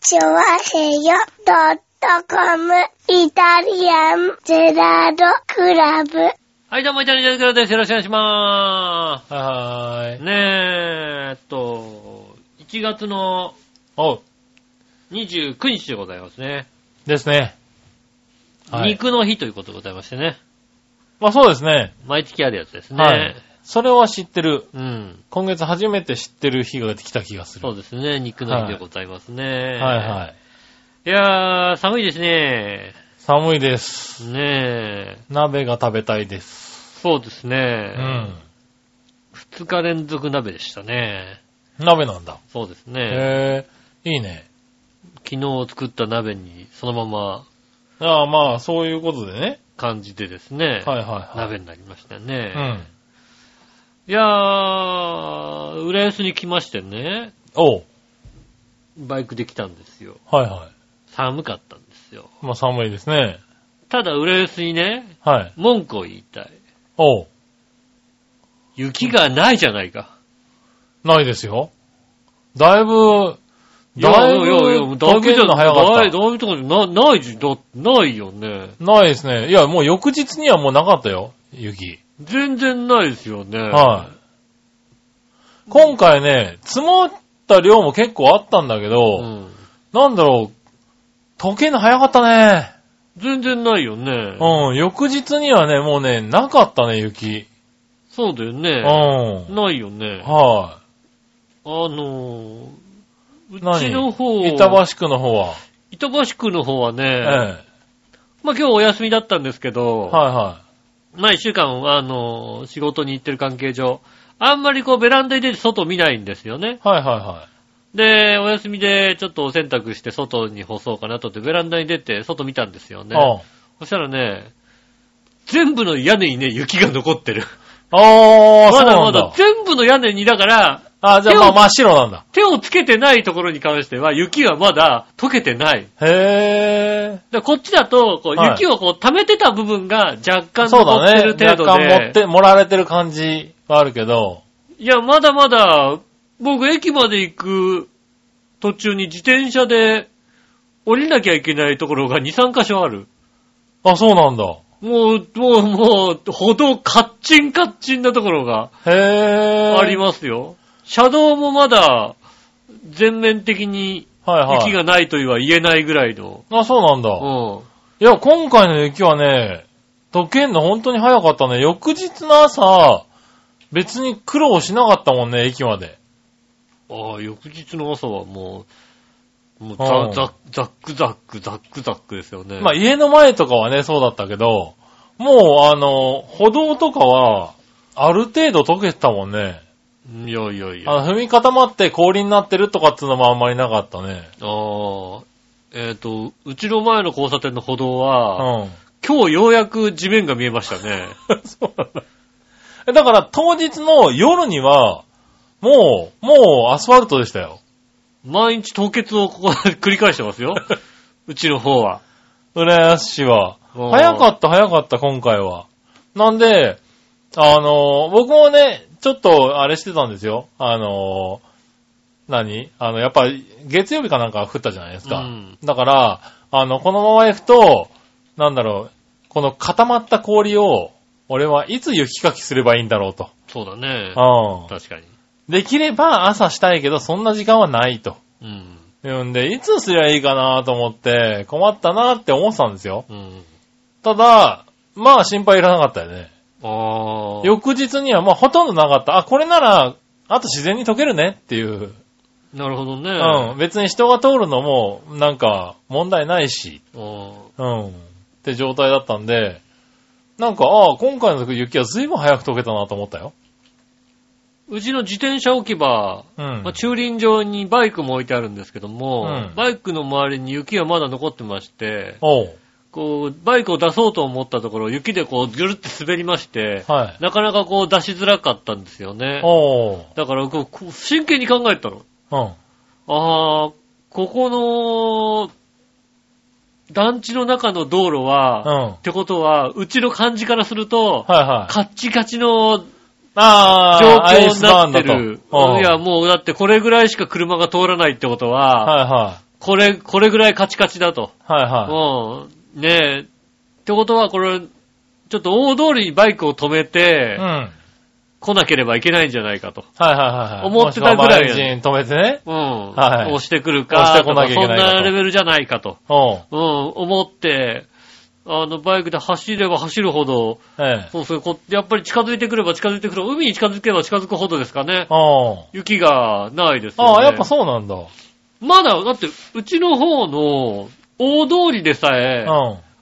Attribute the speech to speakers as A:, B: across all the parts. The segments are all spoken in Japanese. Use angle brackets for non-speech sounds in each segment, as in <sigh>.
A: チョワヘヨドットコムイタリアンゼラードクラブ。
B: はい、どうも、イタリアンジャズクラブです。よろしくお願いしま
C: はー
B: す。
C: い。
B: ねえ、えっと、1月の
C: おう。
B: 29日でございますね。
C: ですね。はい。
B: 肉の日ということでございましてね。
C: まあそうですね。
B: 毎月あるやつですね。
C: はい。それは知ってる。
B: うん。
C: 今月初めて知ってる日が出てきた気がする。
B: そうですね。肉の日でございますね。
C: はいはい。
B: い。いやー、寒いですね。
C: 寒いです。
B: ねえ。
C: 鍋が食べたいです。
B: そうです
C: う
B: ね。
C: ん。
B: 2日連続鍋でしたね。
C: 鍋なんだ。
B: そうですね。
C: へえ。いいね。
B: 昨日作った鍋にそのまま
C: ああまあ、そういうことでね。
B: 感じてですね。
C: はいはいはい。
B: 鍋になりましたね。
C: うん。
B: いやー、浦安に来ましてね、
C: おう。
B: バイクで来たんですよ。
C: はいは
B: 寒かったんですよ。
C: い。まあ寒いですね。
B: ただ浦安にね、
C: はい。
B: 文句を言いたい。
C: おう。
B: 雪がないじゃないか。
C: ないですよ。だいぶ、
B: いや
C: だいぶ、
B: いやいや、だい
C: 溶け
B: ぶじ
C: る
B: ゃ
C: の
B: な
C: 早
B: い、
C: か
B: だい
C: った。
B: だいぶとかじゃなないじだ、ないよね。
C: ないですね。いや、もう翌日にはもうなかったよ。雪。
B: 全然ないですよね。
C: はい。今回ね、積もった量も結構あったんだけ
B: い
C: ど、
B: うん。
C: なんだろう、溶けるの早かったね。
B: 全然ないよね。
C: うん、翌日にはね、もうね、なかったね、雪。
B: そうだよ
C: う
B: ね。
C: ん。
B: ないよね。あ
C: は
B: のー、う
C: 何
B: ちの方、
C: い。板橋区の方は。
B: 板橋区の方はね、
C: ええ。はい
B: まあ今日お休みだったんですけど、
C: は
B: まあ一週間、あの、仕事に行ってる関係上、あんまりこうベランダに出て外見ないんですよね。
C: い。はいはいは
B: で、お休みでちょっとお洗濯して外に干そうかなと思ってベランダに出て外見たんですよ
C: い。
B: ね。
C: あ
B: そしたらね、全部の屋根にね、雪が残ってる。
C: あー、
B: ま
C: そ
B: だ
C: うな
B: ま
C: んだ
B: だ。全部の屋根にだから、
C: あじゃあ
B: 手を
C: まあ真っ白なんだ。
B: 手をつけてないところに関しては雪はまだ溶けてない。
C: へ
B: でこっちだと、こう、
C: はい
B: 雪をこう溜めてた部分が若
C: え。
B: 干
C: そう
B: 残って
C: だ
B: る程度
C: ね。
B: で。
C: 若干持って、盛られてる感じはあるけど。
B: いや、まだまだ、僕駅まで行く途中に自転車で降りなきゃいけないところが2、3箇所ある。
C: あ、そうなんだ。
B: もう、もう、もう、歩道カッチンカッチンなところが
C: へえ。
B: ありますよ。車道もまだ全面的に
C: す。はいはい。
B: 雪がないとは言えないぐらいの。
C: あ、そうなんだ。
B: うん。
C: いや、今回の雪はね、溶けんの本当に早かったね。翌日の朝、別に苦労しなかったもんね、駅まで。
B: ああ、翌日の朝はもう、もう
C: う
B: ザ
C: ん
B: ザザックザックザックザックですよね。
C: まあ、家の前とかはね、そうだったけど、もう、あの、歩道とかは、ある程度溶けてたもんね。
B: いやいやいや。
C: あの踏み固まって氷になってるとかっていうのもあんまりなかったね。
B: ああ、えっ、と、うちの前の交差点の歩道
C: う
B: は、
C: ん。
B: 今日ようやく地面が見えました
C: <laughs>
B: ね。
C: そうなんだ。えだから、当日の夜には、もう、もうアスファルトでしたよ。
B: 毎日凍結をここ <laughs> で繰り返してますよ。うちの方は。
C: 浦安市は。
B: うん
C: 早かった、早かった、今回は。なんで、あのー、僕もね、ちょっと、あれしてたんですよ。あのー、何あの、やっぱ、月曜日かなんか降ったじゃないですか。
B: うん
C: だから、あの、このまま行くと、なんだろう、この固まった氷を、俺はいつ雪かきすればいいんだろうと。
B: そうだね。
C: う
B: 確かに。
C: ん。できれば朝したいけど、そんな時間はないと。
B: うん。
C: うんで、いつすりゃいいかなと思って、困ったなって思ってたんですよ。
B: うん。
C: ただ、まあ心配いらなかったよね。
B: ああ。
C: 翌日にはまあほとんどなかった。あ、これなら、あと自然に溶けるねっていう。
B: なるほどね。
C: うん。別に人が通るのも、なんか、問題ないし、
B: うん。
C: うん。って状態だったんで、なんか、ああ、今回の雪は随分早く溶けたなと思ったよ。
B: うちの自転車置き場、
C: うん
B: まあ、。駐輪場にバイクも置いてあるんですけども、
C: うん
B: バイクの周りに雪がまだ残ってまして、
C: おう。
B: こう、バイクを出そうと思ったところ、雪でこう、ぐるって滑りまして、
C: はい。
B: なかなかこう出しづらかったんですよね。
C: おう。
B: だからこう、こう真剣に考えたの。
C: うん。
B: ああ、ここの、団地の中の道路
C: うん。
B: は、
C: は
B: ってことは、うちの感じからすると
C: い、はい。
B: カッチカチの
C: あ
B: 状
C: アイ
B: 況に
C: スバー
B: な
C: ン
B: っ
C: だ
B: て
C: と。
B: る。
C: うん
B: いや、もうだってこれぐらいしか車が通らないってことは、
C: はいは
B: これ、これぐらいカチカチだと。
C: はいは
B: うん。ねえ。ってことは、これ、ちょっと大通りにバイクを止め
C: い。
B: て
C: うん。、はい
B: 来なければいけないんじゃないかと。
C: はいはいはい。
B: 思ってたぐらいや
C: もしくはエンジン止めてね。
B: うん。
C: はい
B: 押してくるか、
C: 押してこなきゃいけないかと
B: そんなレベルじゃないかと。
C: おう。
B: うん、思って、あの、バイクで走れば走るほど、
C: ええ。
B: そうそう、こやっぱり近づいてくれば近づいてくる、海に近づけば近づくほどですかね。
C: おう。
B: 雪がないですよ、ね。
C: ああ、やっぱそうなんだ。う
B: まだ、だって、うちの方の大通りでさえ、
C: ん。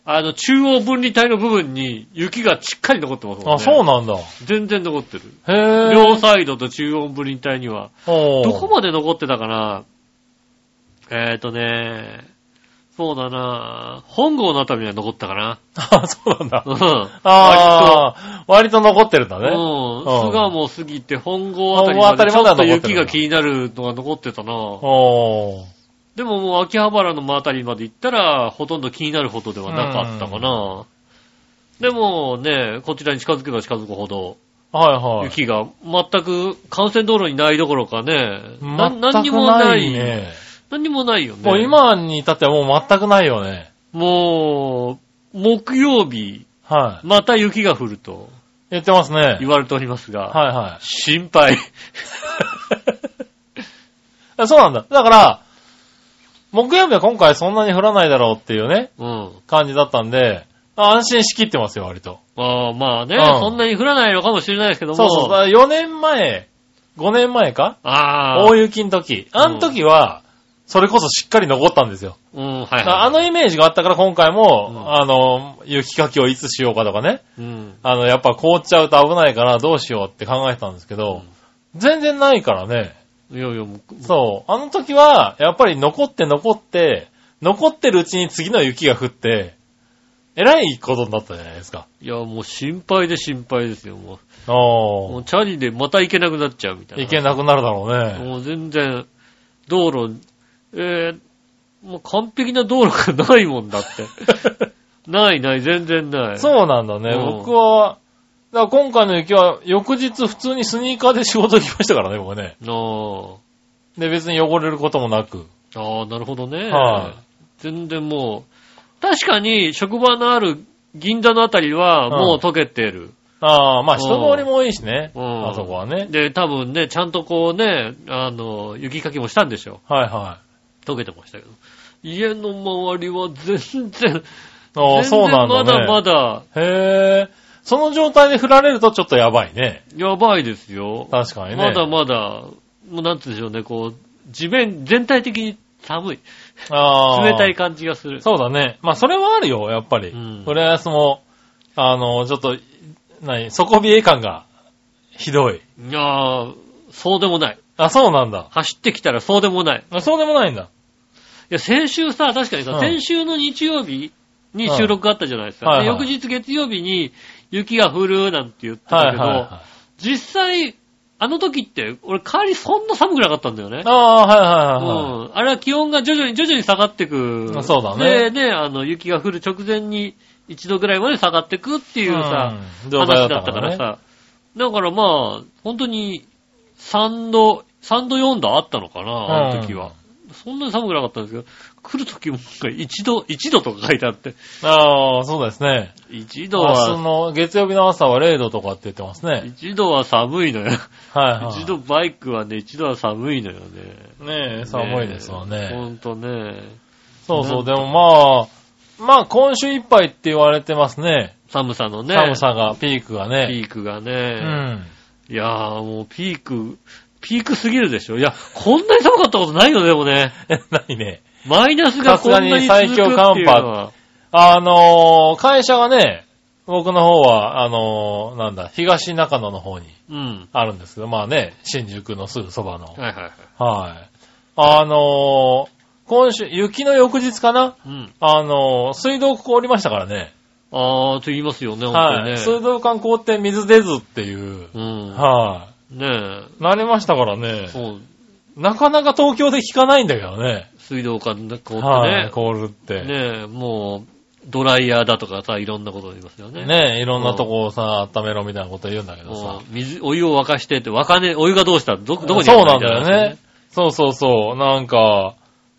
B: あの、中央分離帯の部分に雪がしっかり残ってますもんね。
C: あ、そうなんだ。
B: 全然残ってる。
C: へえ。
B: 両サイドと中央分離帯には。
C: おう
B: どこまで残ってたかなえーとね、そうだな本郷のあたりには残ったかな
C: <laughs> あ、そうなんだ
B: う。ん。
C: ああ、割と残ってるんだ
B: 割
C: ね。
B: と。
C: う
B: うんん。巣鴨過ぎて本郷あたりまでちょ
C: 本郷あ
B: ったと
C: りまでは残ってる
B: 雪が気になるのが残ってたな
C: おう。
B: でももう秋葉原のあたりまで行ったら、ほとんど気になるほどではなかったかな。でもね、こちらに近づけば近づくほど、
C: はいはい。
B: 雪が全く幹線道路にないどころかね、な何
C: 全
B: に
C: く
B: もない、
C: ね。
B: 何にもないよね。
C: もう今に至ってはもう全くないよね。
B: もう、木曜日、
C: はい。
B: また雪が降ると
C: 言ってますね。はい
B: 言われておりますが、
C: は
B: 心配。
C: い。 <laughs> そうなんだ。だから、木曜日は今回そんなに降らないだろうっていうね、
B: うん。
C: 感じだったんで、安心しきってますよ、割と。
B: ああ、まあね、
C: うん
B: そんなに降らないのかもしれないですけども。
C: そうそう。だから4年前、5年前か
B: ああ。
C: 大雪の時。あの時は、それこそしっかり残ったんですよ。
B: うん、はい、
C: だ
B: はい。
C: からあのイメージがあったから今回も、
B: うん
C: あの、雪かきをいつしようかとかね。
B: うん。
C: あの、やっぱ凍っちゃうと危ないからどうしようって考えてたんですけど、全然ないからね。
B: いやいや、もう
C: そう。あの時は、やっぱり残って残って、残ってるうちに次の雪が降って、えらいことになったじゃないですか。
B: いや、もう心配で心配ですよ、もう。も
C: お
B: う
C: ー。
B: チャリでまた行けなくなっちゃうみたいな。
C: いけなくなるだろうね。
B: もう全然、道路、えー、もう完璧な道路がないもんだって。
C: <laughs>
B: ないない、全然ない。う。
C: そうなんだ
B: う
C: ね。
B: ん
C: 僕は、だから今回の雪は翌日普通にスニーカーで仕事行きましたからね、僕はね。
B: あ
C: で、別に汚れることもなく。
B: あ、ああなるほどね。
C: はい
B: 全然もう、確かに職場のある銀座のあたりは
C: ん
B: もう溶けてる。
C: ああ、まあ人通りも多いしね。
B: うん
C: あそこはね。
B: で、多分ね、ちゃんとこうね、あの、雪かきもしたんでしょ。
C: はいは
B: 溶けてましたけど。家の周りは全然、
C: い。あ
B: 全
C: あ、
B: 然
C: そうなんだ
B: まだ
C: ね。
B: まだ、
C: へえ。その状態で振られるとちょっとやばいね。
B: やばいですよ。
C: 確かにね。
B: まだまだ、もうなんつうんでしょうね、こう、地面全体的に寒い。
C: ああ。
B: 冷たい感じがする。
C: そうだね。まあ、それはあるよ、やっぱり。
B: うん
C: 浦安も、あの、ちょっと、何、底冷え感が、ひどい。
B: いやー、そうでもない。
C: あ、そうなんだ。
B: 走ってきたらそうでもない。い
C: あそうでもないんだ。
B: や、先週さ、確かにさ、
C: うん
B: 先週の日曜日に収録があったじゃないですか。
C: はい
B: で
C: はい
B: 翌日月曜日に雪が降るなんて言って
C: は
B: た
C: い
B: け
C: はい、
B: ど、
C: は
B: 実際、あの時って、俺、帰りそんな寒くなかったんだよね
C: い。。ああー、はいはいはい、はい。
B: うん。あれは気温が徐々に徐々に下がってく。
C: あそうだね
B: で、ね、あの、雪が降る直前に1度ぐらいまで下がってくっていうさ、
C: うん状態
B: 話
C: だ
B: だ
C: っ
B: ったた
C: か
B: から
C: ね
B: らさ。だからまあ、本当に3度、3度4度あったのかな、あの時は。そんなに寒くなかったんですけど、来る時も1度、1度とか書いてあって、
C: ああ、そうですね。
B: 1度
C: 明日
B: は、
C: の月曜日の朝は0度とかって言ってますね。
B: 1度は寒いのよ。
C: はい、はい。
B: 1度バイクはね、1度は寒いのよね。
C: ねえ、寒いですわね。
B: ほんとね。
C: そうそう、でもまあ、まあ今週いっぱいって言われてますね。
B: 寒さのね。
C: 寒さが、ピークがね。
B: ピークが
C: う
B: ね。
C: ん。 <laughs>
B: いやーもうピーク、ピークすぎるでしょ。いや、こんなに寒かったことないよね、でもね。
C: ないね。
B: マイナスがこんなに
C: さすが
B: 続
C: に最
B: くって
C: 強
B: いうの
C: 寒波
B: は。
C: あのー会社がね、僕の方は、あのーなんだ、東中野の方に
B: うん。
C: あるんですけど、まあね、新宿のすぐそばの。
B: はいはいはい。
C: はい。あのー今週、雪の翌日かな
B: うん。
C: あのー水道凍りましたからね。
B: あーと言いますよね、本当
C: はい。
B: に
C: 水
B: ね。
C: 道管凍って水出ずっていう。
B: うん。
C: は
B: ね
C: い。なりましたからね
B: え。。そう、
C: なかなか東京で聞かないんだけどね。
B: 水道管で凍
C: はい、
B: って
C: 凍るっ
B: ね。
C: て。
B: ねえ、もう、ドライヤーだとかさ、いろんなこと言いますよね。
C: ねえ、いろんなとこをさ、温めろみたいなこと言うんだけど
B: も
C: さ。
B: う水、お湯を沸かしてって、沸かねえ、お湯がどうしたど、どこに
C: そう
B: あ
C: なん
B: った
C: だ
B: みたい
C: よね。そうそうそう。なんか、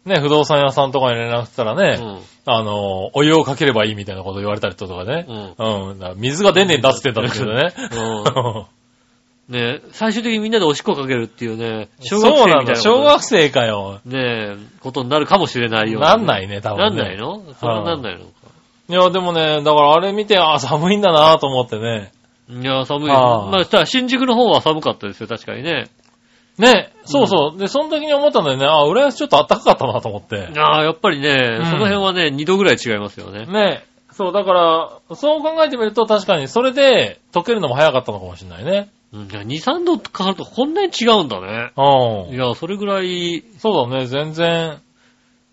C: ね、不動産屋さんとかに連絡したらね、
B: うん。
C: あの、お湯をかければいいみたいなこと言われたりとかね。
B: うん。
C: うん。だから水が出ねえんだっつってんだけどね。
B: うん。
C: <laughs>
B: ねえ最終的にみんなでおしっこかけるっていうね、小学
C: そう
B: 生
C: な
B: みたいなこと
C: んだ。小学生かよ。
B: ねえ、ことになるかもしれないよう
C: なん
B: い、
C: ないね、多分、ね。
B: なんないのそれはなんないのか。
C: いや、でもね、だからあれ見て、あ、寒いんだなと思ってね。
B: いや、寒い。
C: ああ
B: まあ、ただ新宿の方は寒かったですよ、確かにね。
C: ね、そうそう。で、その時に思ったんだよね、あ、浦安ちょっと暖かかったなと思って。
B: ああ、やっぱりね、
C: うん
B: その辺はね、2度ぐらい違いますよね。
C: ね、そう、だから、そう考えてみると確かにそれで溶けるのも早かったのかもしれないね。
B: うん、いや、2、3度かかるとこんなに違うんだね。
C: う
B: い
C: ん。
B: や、それぐらい、
C: そうだね、全然、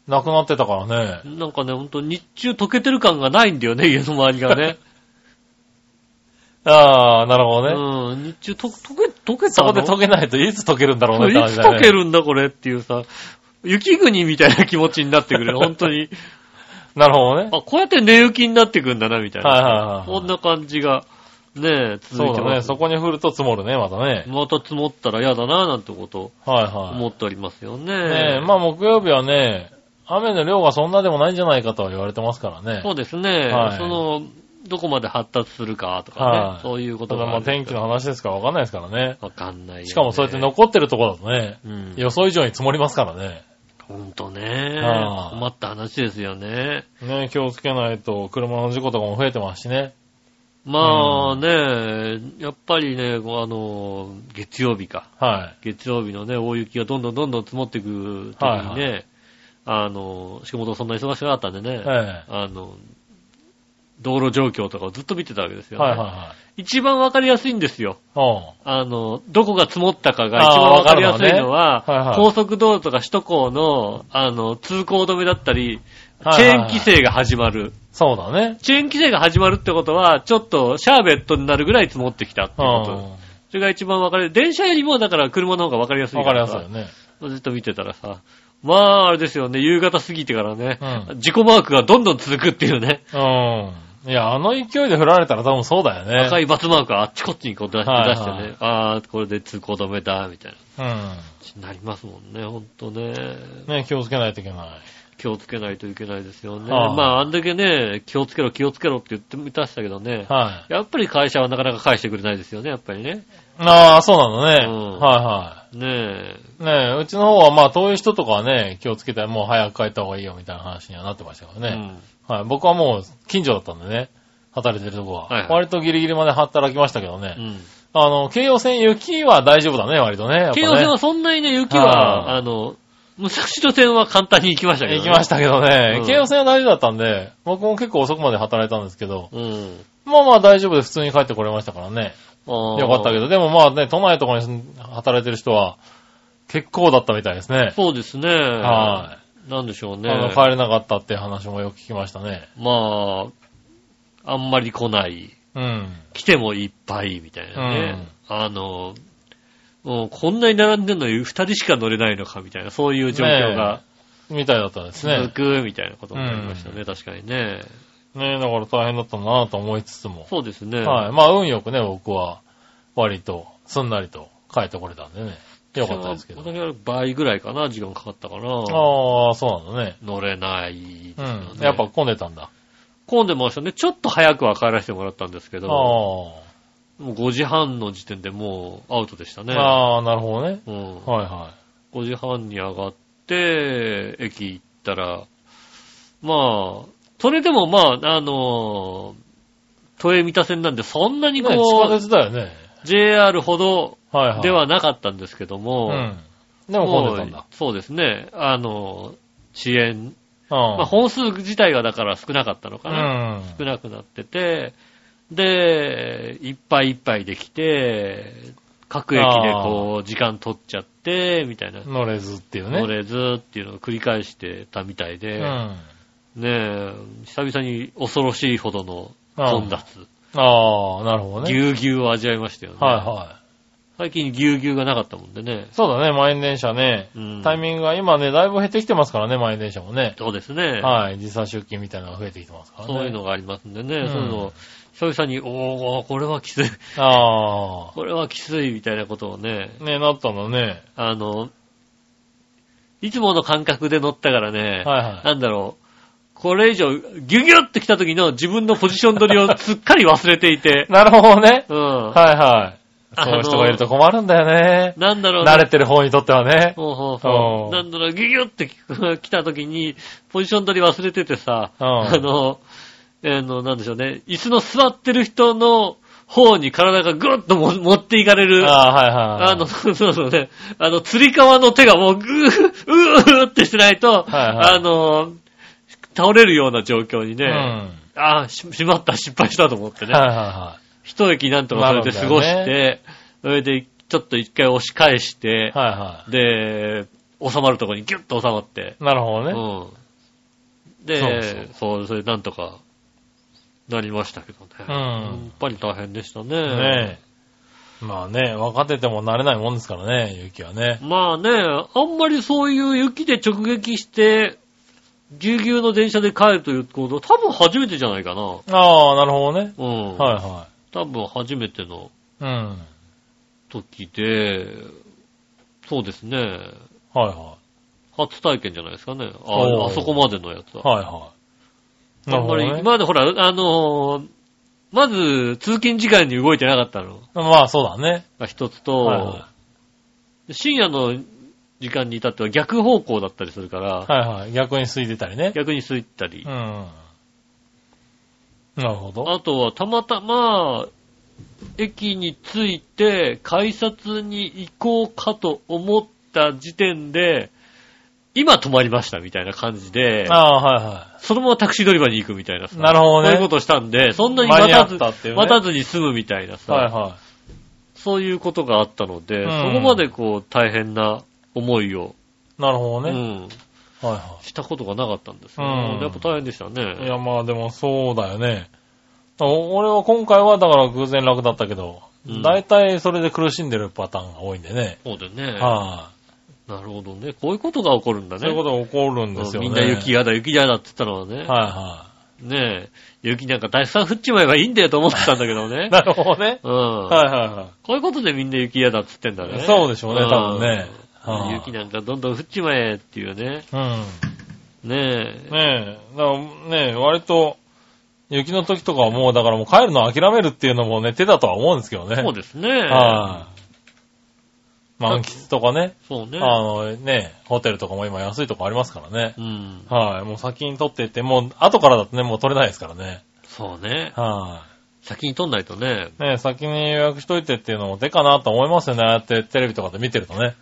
C: なくなってたからね。
B: なんかね、ほんと日中溶けてる感がないんだよね、 <laughs> 家の周りがね。
C: ああ、なるほ <laughs> どね。
B: うん、日中と溶け、溶けた
C: そ
B: の
C: こで溶けないといつ溶けるんだろうねって
B: い
C: 話
B: つ
C: だよね。
B: 溶けるんだこれっていうさ、雪国みたいな気持ちになってく
C: <laughs>
B: る。本当に。
C: なるほどね。
B: あ、こうやって寝雪になってくんだな、みたいな。
C: はいはいはい
B: こんな感じが、ねえ、続
C: そ
B: いうて
C: だ
B: ま
C: ね。
B: す。
C: そこに降ると積もるね、またね。
B: また積もったら嫌だな、なんてことを
C: はいはい。
B: 思っておりますよね。
C: ねえ、まあ木曜日はね、雨の量がそんなでもないんじゃないかとは言われてますからね。
B: そうですね。
C: はい
B: その、どこまで発達するかとかね、
C: はい
B: そういうこと
C: ただ
B: が
C: ま
B: あ
C: あ
B: るんで
C: 天
B: す
C: 気
B: けど
C: の話ですからわかんないですからね。
B: わかんないよ、ね。
C: しかもそうやって残ってるとこだとね、
B: うん。
C: 予想以上に積もりますからね。
B: ほんとね。
C: はい
B: 困った話ですよね。
C: ねえ気をつけないと車の事故とかも増えてますしね。
B: まあね、やっぱりね、こうあの、月曜日か。
C: は
B: 月曜日のね、大雪がどんどんどんどん積もっていく時にね、
C: は
B: あの、仕事そんな忙しくなかったんでね、
C: い。え
B: あの、道路状況とかをずっと見てたわけです
C: え。
B: よ、ね
C: はいはいはい。
B: 一番わかりやすいんですよ。
C: お
B: あの、どこが積もったかが一
C: あー
B: 番わかりやすいの
C: わかるのねはいは
B: は、
C: い
B: 高速道路とか首都高の、あの、通行止めだったり、
C: はい
B: チ
C: はい
B: ェーン
C: はい
B: 規制が始まる。
C: そうだね。
B: チェーン規制が始まるってことは、ちょっとシャーベットになるぐらい積もってきたっていう
C: うん。
B: こと。それが一番わかり、電車よりもだから車の方がわかりやすい
C: わかりやすい
B: さ
C: よね。
B: ずっと見てたらさ、まあ、あれですよね、夕方過ぎてからね、
C: う
B: 事故マークがどんどん続くっていうね、
C: うん。いや、あの勢いで振られたら多分そうだよね。
B: 赤いバツマークがあっちこっちにこう出し出
C: はいはい
B: してね、ああ、これで通行止めだ、みたいな。
C: う
B: なりますもんね、ほんとね。
C: ん。ね気をつけないといけない。
B: 気をつけないといけないですよね。
C: はい
B: まあ、あんだけね、気をつけろ、気をつけろって言ってみたしたけどね、
C: はい。
B: やっぱり会社はなかなか返してくれないですよね、やっぱりね。
C: ああ、そうなのね。
B: うん
C: はいは
B: ねえ。
C: い。ねえ、うちの方はまあ遠い人とかはね、気をつけて、もう早く帰った方がいいよみたいな話にはなってましたけどね。はい。僕はもう近所だったんでね、働いてるとこは。
B: はいはい
C: 割とギリギリまで働きましたけどね。
B: うん。うん。
C: あの、京葉線雪は大丈夫だね、割とね。やっぱね
B: 京王線はそんなにね、雪
C: は
B: は、
C: い
B: あの、武蔵野線は簡単に行きましたけど、
C: 行きましたけど
B: う
C: ね
B: ん。
C: 京葉線は大丈夫だったんで、僕も結構遅くまで働いたんですけど、
B: うん。
C: まあまあ大丈夫で普通に帰ってこれましたからね。
B: よ
C: よかったけ
B: ど。
C: ど、でもまあね、都内とかに住ん働いてる人は結構だったみたいですね。
B: そうですね。
C: はい。
B: なんでしょうね。
C: あの、帰れなかったって話もよく聞きましたね。
B: まあ、あんまり来ない。
C: うん。
B: 来てもいっぱい、みたいなね。あの、もうこんなに並んでるのに二人しか乗れないのか、みたいな、そういう状況が
C: みたいだったです
B: 続
C: ね。
B: く、みたいなことになりましたね、確かにね。
C: ねえ、だから大変だったなぁと思いつつも。
B: そうですね。
C: はい。まあ、運よくね、僕は、割と、すんなりと帰ってこれたんでね。よかったですけど。
B: 私は倍ぐらいかな、時間かかったかな。
C: ああ、そうなんだね。
B: 乗れないです
C: う
B: よね、
C: ん。やっぱ混んでたんだ。
B: 混んでましたね。ちょっと早くは帰らせてもらったんですけ
C: あ
B: ど、
C: あ
B: もう5時半の時点でもうアウトでした
C: ー。
B: ね。
C: ああ、なるほどね。
B: うん、
C: はいは。
B: 5時半に上がって、駅行ったら、まあ、それでもまあ、あのー都営三田線なんでそんないに
C: ね、地下
B: こう、
C: 鉄だよね。
B: JR ほど
C: はいはい。
B: ではなかったんですけども、
C: うん。でも混
B: も
C: ん
B: う
C: でたんだ。
B: そうですね、あのー遅延、
C: うん。
B: まあ、本数自体がだから少なかったのか
C: う
B: な、
C: ん。
B: 少なくなってて、で、いっぱいいっぱいできて、各駅でこう、時間取っちゃって、みたいな。
C: 乗れずっていうね。
B: 乗れずっていうのを繰り返してたみたいで、
C: うん。
B: ねえ、久々に恐ろしいほどの混雑、
C: ああ、なるほど
B: ぎ
C: ね。
B: ゅうぎゅうを味わいましたよね。
C: はいはい。
B: 最近ぎゅうぎゅうがなかったもんでね。
C: そうだね、満員電車ね。
B: うん
C: タイミングが今ね、だいぶ減ってきてますからね、満員電車もね。
B: そうですね。
C: はい、時差出勤みたいなのが増えてきてますからね。
B: そういうのがありますんでね、
C: うん
B: そういうのを久々に、おー、これはきつい、 <laughs>
C: あ
B: これはきついみたいなことをね、
C: あ、ね、なったのね。
B: あの、いつもの感覚で乗ったからね、
C: はいは
B: なんだろう、これ以上、ギュギュって来た時の自分のポジション取りをすっかり忘れていて
C: <laughs> い。、なるほどね。
B: うん。
C: はいはい。
B: あの
C: そういう人がいると困るんだよね。
B: なんだろうね
C: 慣れてる方にとってはね。
B: ほうほう
C: う
B: ほ
C: ん
B: う。なんだろう、ギュギュって来来た時に、ポジション取り忘れててさ、
C: うん
B: あの、あの、なんでしょうね、椅子の座ってる人の方に体がグッとも持っていかれる、あ
C: ああ、はいはい。
B: の、そうそうね、あの、釣り革の手がもうグー、うーってしてないと、
C: いはい
B: あの、倒れるような状況にね、
C: うん。
B: ああ、ししまった、失敗したと思ってね
C: は、いはいは
B: 一駅なんとかそれで過ごし
C: なるんだ
B: て、それでちょっと一回押し返して
C: い。、はいは
B: で、収まるとこにギュッと収まって。
C: い。なるほど
B: う
C: ね。
B: ん。で、
C: そう
B: そうそれなんとか、なりましたけどね。
C: うん
B: やっぱり大変でしたね。
C: ねえ。まあね、分かってても慣れないもんですからね、雪はね。
B: まあね、あんまりそういう雪で直撃して、ぎゅうぎゅうの電車で帰るということ、多分初めてじゃないかな。
C: ああ、なるほどね。
B: うん。
C: はいは
B: 多分初めての
C: い。うん。はい
B: 時で、そうですね。
C: は
B: 初体験じゃないですかね。
C: お
B: あ
C: ー
B: あそこまでのやつ
C: い。
B: は。
C: はいはい。な
B: あ
C: る
B: んま
C: ほど
B: り、
C: ね。
B: 今までほら、あのーまず、通勤時間に動いてなかったの
C: まあそうだね。
B: が一つと、
C: はいは
B: 深夜の時間に至っては逆方向だったりするから、
C: はいはい。逆に空いてたりね。
B: 逆に空いてたり
C: うん。、なるほど。
B: あとはたまたま、駅に着いて、改札に行こうかと思った時点で、今止まりましたみたいな感じで、
C: ああ、はいは
B: そのままタクシー乗り場に行くみたいなさ
C: い。なる
B: そ
C: ほど
B: うい
C: ね
B: う。ことしたんで、そんなに
C: 間
B: 待
C: に
B: た
C: 合っ
B: ず、
C: たっていうね
B: 待たずに済むみたいなさ、
C: はいは
B: そういうことがあったので、
C: うん
B: そこまでこう大変な思いを、
C: い。なるほど
B: う
C: ね。
B: ん
C: はいは
B: したことがなかったんですよ、
C: うん
B: やっぱ大変でした
C: い。い
B: ね。
C: や、まあでもそうだよね。お俺は今回はだから偶然楽だったけど
B: うん、
C: 大体それで苦しんでるパターンが多いんでね。
B: そうでね、
C: は
B: なるほどね。こういうことが起こるんだ
C: い。
B: ね。
C: そういうことが起こるんですよね。
B: みんな雪やだ、雪やだって言ったのはね、
C: は
B: ねえ、雪なんかたくさん降っちまえばいいんだよと思ってたんだけど
C: いはい。
B: ね。
C: なるほどね。
B: うん、
C: はいは
B: こういうことでみんな雪やだって言ってんだね。
C: そうでしょうね
B: ん
C: 多分ねはい
B: 雪なんかどんどん降っちまえっていうね。
C: いは
B: ね
C: い。うん。
B: え。
C: ねえ、だからねえ、割と、雪の時とかはもう、だからもう帰るの諦めるっていうのもね、手だとは思うんですけどね。
B: そうですね。
C: はい。満喫とかね。
B: そうね。
C: あのね、ホテルとかも今安いとこありますからね。
B: うん。
C: はい。もう先に取っていって、もう後からだとね、もう取れないですからね。
B: そうね。
C: は
B: 先に取んないとね。
C: い。ね先に予約しといてっていうのも手かなと思いますよね。ああやってテレビとかで見てるとね。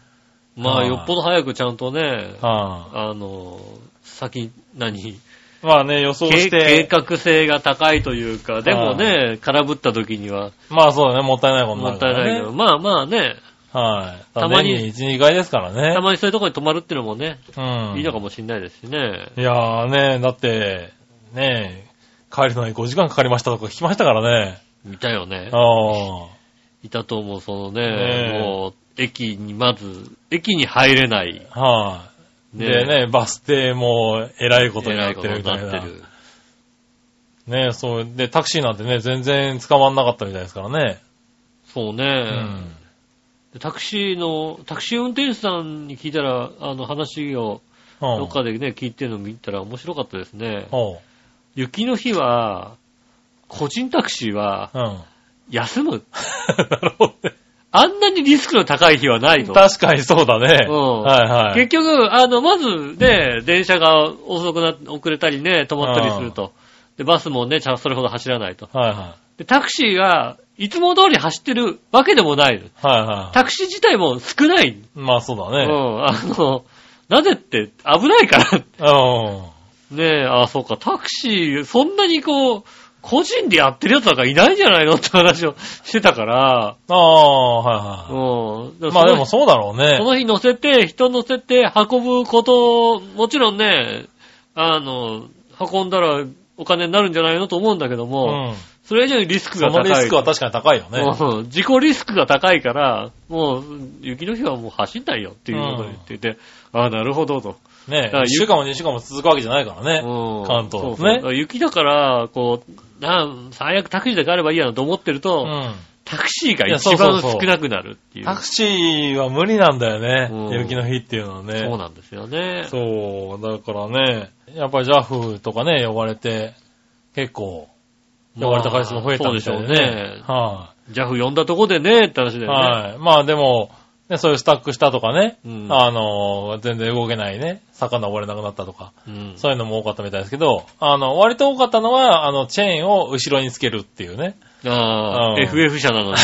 B: まあ、
C: はい
B: よっぽど早くちゃんとね、
C: は
B: あの、先、何
C: い。まあね、予想
B: 計
C: し
B: 計
C: て。
B: 画性が高いというか、でもね、空振った時には
C: まあそうだね、もったいないことに
B: も
C: な
B: っ
C: る
B: た
C: か
B: い
C: ら
B: ない
C: ね。
B: けど、まあまあね、
C: はい。
B: たまに
C: 年1、2回ですからね。
B: たまにそういうところに泊まるってのもね、
C: うん。
B: いいのかもしんないですしね。
C: いやーね、だって、ね帰るのに5時間かかりましたとか聞きましたからね。
B: いたよね。
C: ああ。
B: いたと思う、その
C: ね
B: ね、
C: え
B: もう、駅にまず、駅に入れない。
C: はい、でね、バス停もえらいことに
B: 偉
C: なっ
B: い
C: て
B: こと
C: る
B: に
C: みたい
B: なって
C: な。
B: る。
C: ねそう。で、タクシーなんてね、全然捕まんなかったみたいですからね。
B: そう
C: う
B: ね。
C: ん。
B: でタクシーの、タクシー運転手さんに聞いたら、あの話を、
C: うん
B: どっかでね、聞いてるの見たら面白かったですね。
C: おう。
B: 雪の日は、個人タクシーは <laughs>
C: うん。な
B: 休む。
C: るほどね。
B: あんなにリスクの高い日はないの。
C: 確かにそうだね。
B: うん
C: はいはい。
B: 結局、あの、まずね、電車が遅くな、遅れたりね、止まったりすると。で、バスもね、ちゃんそれほど走らないと。
C: はいは
B: で、タクシーが、いつも通り走ってるわけでもないの。
C: い。はいはい。
B: タクシー自体も少ない。
C: まあそうだ
B: う
C: ね。
B: ん、あの、なぜって危ないから。
C: うん。
B: ねえ、あ、そうか、タクシー、そんなにこう、個人でやってる奴なんかいないんじゃないのって話をしてたから、
C: ああ、はいは
B: うん。
C: い。まあでも
B: そ
C: そうだろう
B: の日、
C: ね。
B: その日乗せて、人乗せて運ぶことを、もちろんね、あの、運んだらお金になるんじゃないのと思うんだけども、
C: うん。
B: それ以上にリスク
C: そ
B: が
C: の
B: 高い。
C: リスクは確かに高いよね。
B: うん自己リスクが高いから、もう、雪の日はもう走んないよっていうことを言っていて、あなるほどと。
C: ね
B: から
C: 1週間も2週間も続くわけじゃないからね。
B: うん
C: 関東
B: そう
C: です
B: そう
C: ね
B: 雪だから、こう、なん最悪タクシーで帰ればいいやなと思ってる
C: う
B: と、
C: ん。
B: タクシーが
C: いや
B: 一
C: そう
B: 番
C: そうそう
B: 少なくなるっていう。
C: タクシーは無理なんだよね。
B: うん
C: 雪の日っていうのはね。
B: そうなんですよね。
C: そう、だからね、やっぱり JAF とかね、呼ばれて、結構、呼ばれた回数も増えたんでしょう
B: まあそうで
C: ね。
B: しょうね。
C: は
B: JAF 呼んだとこでね、って話だ
C: い。
B: よね。
C: はい。まあでも、ね、そういうスタックしたとかね、
B: うん
C: あの、全然動けないね、魚溺れなくなったとか、
B: うん
C: そういうのも多かったみたいですけど、あの、割と多かったのは、あの、チェーンを後ろにつけるっていう
B: <laughs>
C: ね。
B: ああ、
C: うん
B: FF 社な
C: <laughs>
B: のに。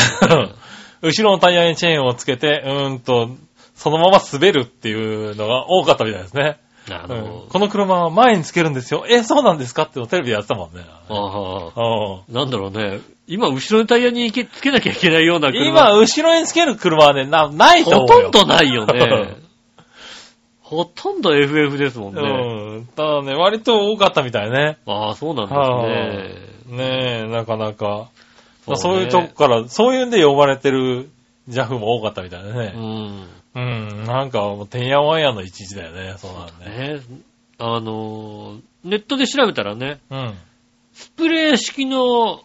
C: 後ろのタイヤにチェーンをつけて、うーんと、そのまま滑るっていうのが多かったみたいですね。
B: あ
C: う
B: の
C: ん、この車は前につけるんですよ。え、そうなんですかってテレビでやってたもんね。
B: ああ
C: うん
B: なんだろうね。今、後ろのタイヤに行けつけなきゃいけないような車。
C: 今、後ろにつける車はね、な、ないと
B: ほ
C: 思
B: と
C: うよ。
B: んどないよね。 <laughs> ほとんど FF ですもんね。
C: うん。ただね、割と多かったみたいね。
B: ああ、そうなんですね。
C: ねえ、なかなか。そう
B: ね
C: いうとこから、そういうんで呼ばれてる JAF も多かったみたいだ
B: う
C: ね。
B: ん。
C: うん。なんか、もう、てんやわんやの一日だよね。そうなんね。
B: ねあのー、ネットで調べたらね、
C: うん。
B: スプレー式の
C: おう。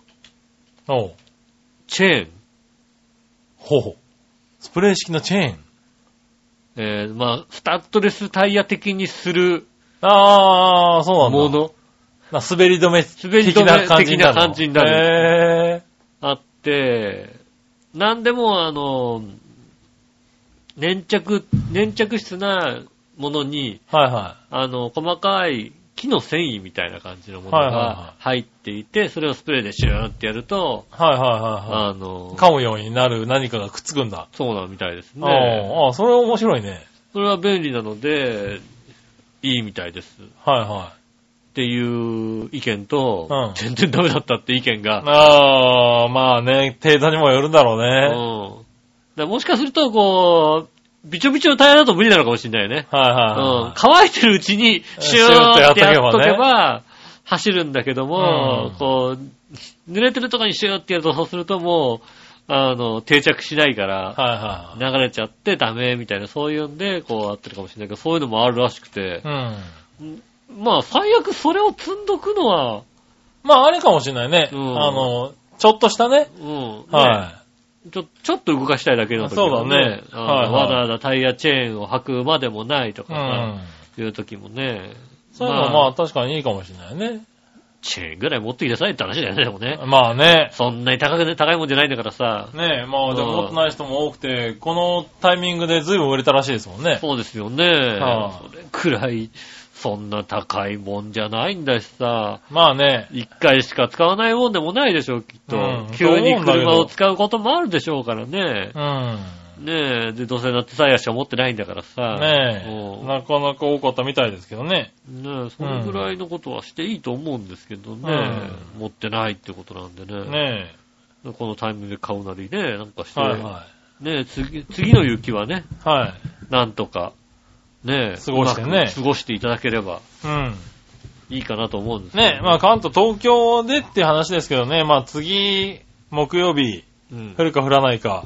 B: チェーン、
C: ほう。スプレー式のチェーン。
B: えーまあ、スタッドレスタイヤ的にする
C: ああ、そうなんだ。
B: もの、
C: な滑り止め
B: 滑り
C: 的
B: 止め
C: な感じにな
B: 的な
C: るの。
B: 感じにな
C: る。へ
B: あって、なんでもあの、粘着、粘着質なものに、
C: え。はいは
B: あの、細かい木の繊維みたいな感じのもの
C: はいはい
B: が
C: は
B: 入っていて、それをスプレーでシューンってやると、
C: い。はいはいはいはい。
B: あの、
C: 噛むようになる何かがくっつくんだ。
B: そうなみたいです
C: ああ
B: ね。
C: ああ、それ面白いね。
B: それは便利なので、いいみたいです。っ
C: はいはい。
B: ていう意見と、
C: うん
B: 全然ダメだったって意見が、
C: ああ、まあね、程度にもよるんだろう
B: う
C: ね。
B: ん。だからもしかすると、こう、びちょびちょのタイヤだと無理なのかもしれないよね。
C: はいは
B: うん
C: い。
B: 乾いてるうちに、シューってやっとけば、走るんだけども
C: う、ん
B: こう、濡れてるとこにシューってやると、そうするともう、あの、定着しないから、
C: はい。
B: 流れちゃってダメみたいな、そういうんで、こう、あってるかもしれないけど、そういうのもあるらしくて
C: はい、はい。うん。
B: まあ、最悪それを積んどくのは、
C: まあ、あれかもしれないね。
B: うん
C: あの、ちょっとしたね。
B: うん、ね
C: は
B: ちょ、ちょっと動かしたいだけの時も
C: そうだね
B: あの
C: はいはい
B: わざわざタイヤチェーンを履くまでもないと
C: い。う
B: かさ、
C: ん。
B: いう時もね、
C: そういうのはまあ確かにいいかもしれないね。
B: チェーンぐらい持ってきなさいって話だよね、でもね。
C: まあね。
B: そんなに高くね、高いもんじゃないんだからさ。
C: ねえ、まあで
B: うん
C: も持ってない人も多くて、このタイミングで随分売れたらしいですもんね。
B: そうですよね。
C: は
B: それくらい、そんな高いもんじゃないんだしさ。
C: まあね。
B: 一回しか使わないもんでもないでしょう、きっと。
C: うん
B: 急に
C: そう思うんだけど
B: 車を使うこともあるでしょうからね。
C: うん。
B: ねえ、で、どうせなってさやしか持ってないんだからさ。
C: ね
B: う
C: え。
B: ん
C: なかなか多かったみたいですけどね。
B: ねえ、そのぐらいのことはしていいと思うんですけどね。持ってないってことなんでね。
C: ね
B: このタイミングで買うなりね、なんかし
C: え。
B: て。
C: はいは
B: ねえ、次、次の雪はね、
C: い。はい。
B: なんとか、ねえ、
C: 過ごしてね
B: うまく過ごしていただければ
C: うん。
B: いいかなと思うんですけど
C: ね、まあ関東、東京でって話ですけどね、まあ次、木曜日、
B: うん
C: 降るか降らないか、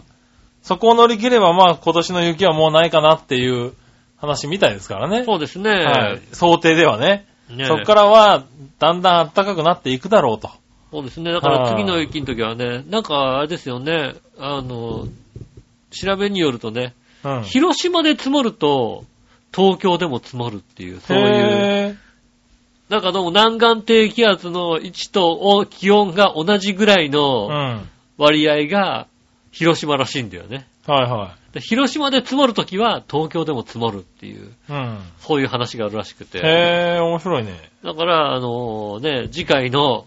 C: そこを乗り切ればまあ今年の雪はもうないかなっていう話みたいですからね。
B: そうですね。
C: はい。想定ではね。
B: ね
C: そこからは、だんだん暖かくなっていくだろうと。
B: そうですね。だから次の雪の時はね、なんかあれですよね、あの、調べによるとね、
C: うん。
B: 広島で積もると、東京でも積もるっていう、そういう、
C: へ
B: なんかどうも南岸低気圧の位置とお気温が同じぐらい
C: ー。う
B: の
C: ん。
B: 割合が広島らしいんだよね。
C: はいは
B: で広島で積もるときは東京でも積もるっていう、
C: い。うん。
B: そういう話があるらしくて。
C: へー、面白いね。
B: だから、あのね、次回の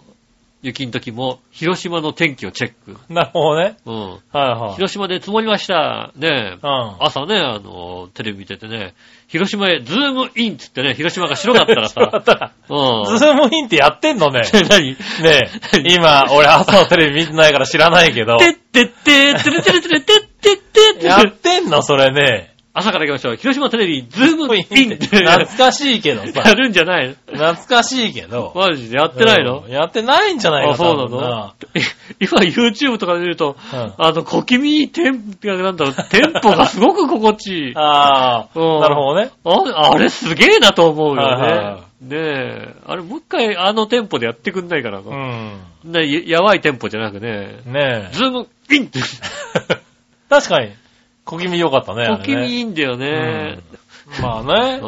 B: 雪の時も、広島の天気をチェック。
C: なるほどね。
B: うん。
C: はいはい。
B: 広島で積もりました。ね
C: うん。あ、
B: 朝ね、あのテレビ見ててね、広島へズームインっつってね、広島が白かったら
C: だ
B: さ
C: っ、たら、
B: うん。
C: ズームインってやってん <laughs> のね。
B: 何
C: ねえ、今、俺朝のテレビ見てないから知らないけど。
B: てってって、てれてれてれてってってって
C: やってんのそれね。
B: 朝から行きましょう。広島テレビ、ズームインってや
C: 懐かしい
B: <laughs>
C: けどさ。
B: るんじゃないの
C: 懐かしいけど。
B: マジでやってないの
C: うんやってないんじゃないか
B: あそうなの
C: 多分な
B: え今 YouTube とかで見ると、
C: うん
B: あの、小気味いいテンポ、なんだろう、テンポがすごく心地いい。あ
C: ああ、
B: うん
C: なるほどね。
B: あれすげえなと思う
C: はいはい
B: よ
C: は
B: ね。ねえ。あれもう一回あのテンポでやってくんないかな。
C: う
B: ねややばいテンポじゃなくね。
C: ん。ねえ。
B: ズームイ
C: <laughs>
B: ンって。
C: 確かに、小気味良かったね。あ
B: 小
C: れね
B: 気味いいんだよね。
C: まあね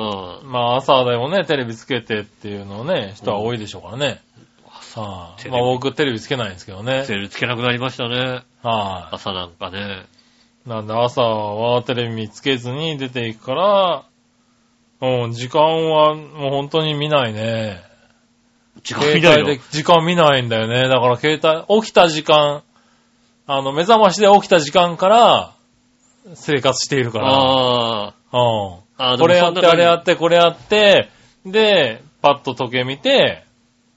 B: う。ん。
C: まあ朝でもね、テレビつけてっていうのをね、人は多いでしょうからね。さ
B: テレビ
C: あ、まあ僕テレビつけないんですけどね
B: セ。ールつけなくなりましたね。
C: は
B: 朝なんかね。
C: い。なんで朝はテレビつけずに出ていくから、うん、時間はもう本当に見ないね。
B: 時間見
C: 携
B: ない
C: 帯
B: の
C: で時間見ないんだよね。だから携帯、起きた時間、あの、目覚ましで起きた時間から生活しているから。
B: あ
C: うん。
B: ーあー。でも
C: これ
B: そ
C: やって、あ
B: んな感じ
C: れやって、これやって、で、パッと時計見て、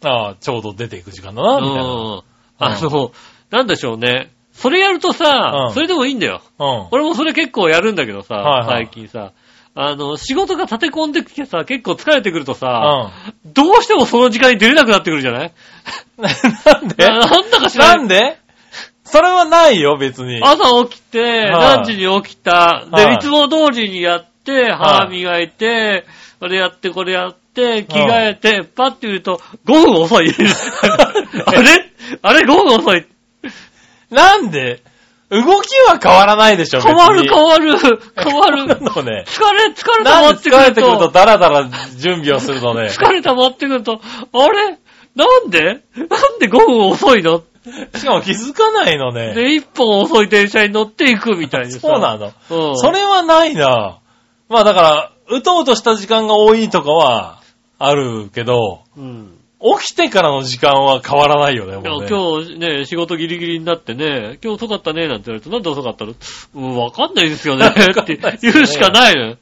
C: ああ、ちょうど出ていく時間だな、みたいな。
B: うん。あの、なんでしょうね。それやるとさ、
C: うん
B: それでもいいんだよ。
C: うん。
B: 俺もそれ結構やるんだけどさ、
C: はいはい
B: 最近さ。あの、仕事が立て込んできてさ、結構疲れてくるとさ、
C: う
B: どうしてもその時間に出れなくなってくるじゃない
C: ん。なんで
B: なんだか知ら
C: なんんでそれはないよ、別に。
B: <laughs> 朝起きて、
C: はい
B: 何時に起きた。
C: は
B: で、
C: い
B: いつも通りにやって、
C: はい
B: 歯磨いて、あれやって、これやって、着替えて、パッて見ると、5分遅
C: <laughs>
B: い。あれあれ ?5 分遅い。
C: なんで動きは変わらないでしょ、別
B: 変
C: に。
B: わる変わる変わ
C: 変わ
B: る
C: るのね。
B: 疲れ、疲れ溜ま
C: なん
B: って
C: で
B: く
C: 疲れ
B: る
C: てくると
B: と、
C: ダラダラ準備をするのね。
B: 疲れ溜まってくると、あれなんでなんで5分遅いの
C: しかも気づかないのね。
B: で、1本遅い電車に乗っていくみたいなさ。
C: そうなの。
B: うん。
C: それはないな。まあだから、うとうとした時間が多いとかはあるけど、
B: うん。
C: 起きてからの時間は変わらないよね、
B: いや
C: もうね。
B: 今日ね、仕事ギリギリになってね、今日遅かったね、なんて言われると、なんで遅かったのうん、わかんないですよ
C: <laughs>
B: ね、って言うしかないのよ。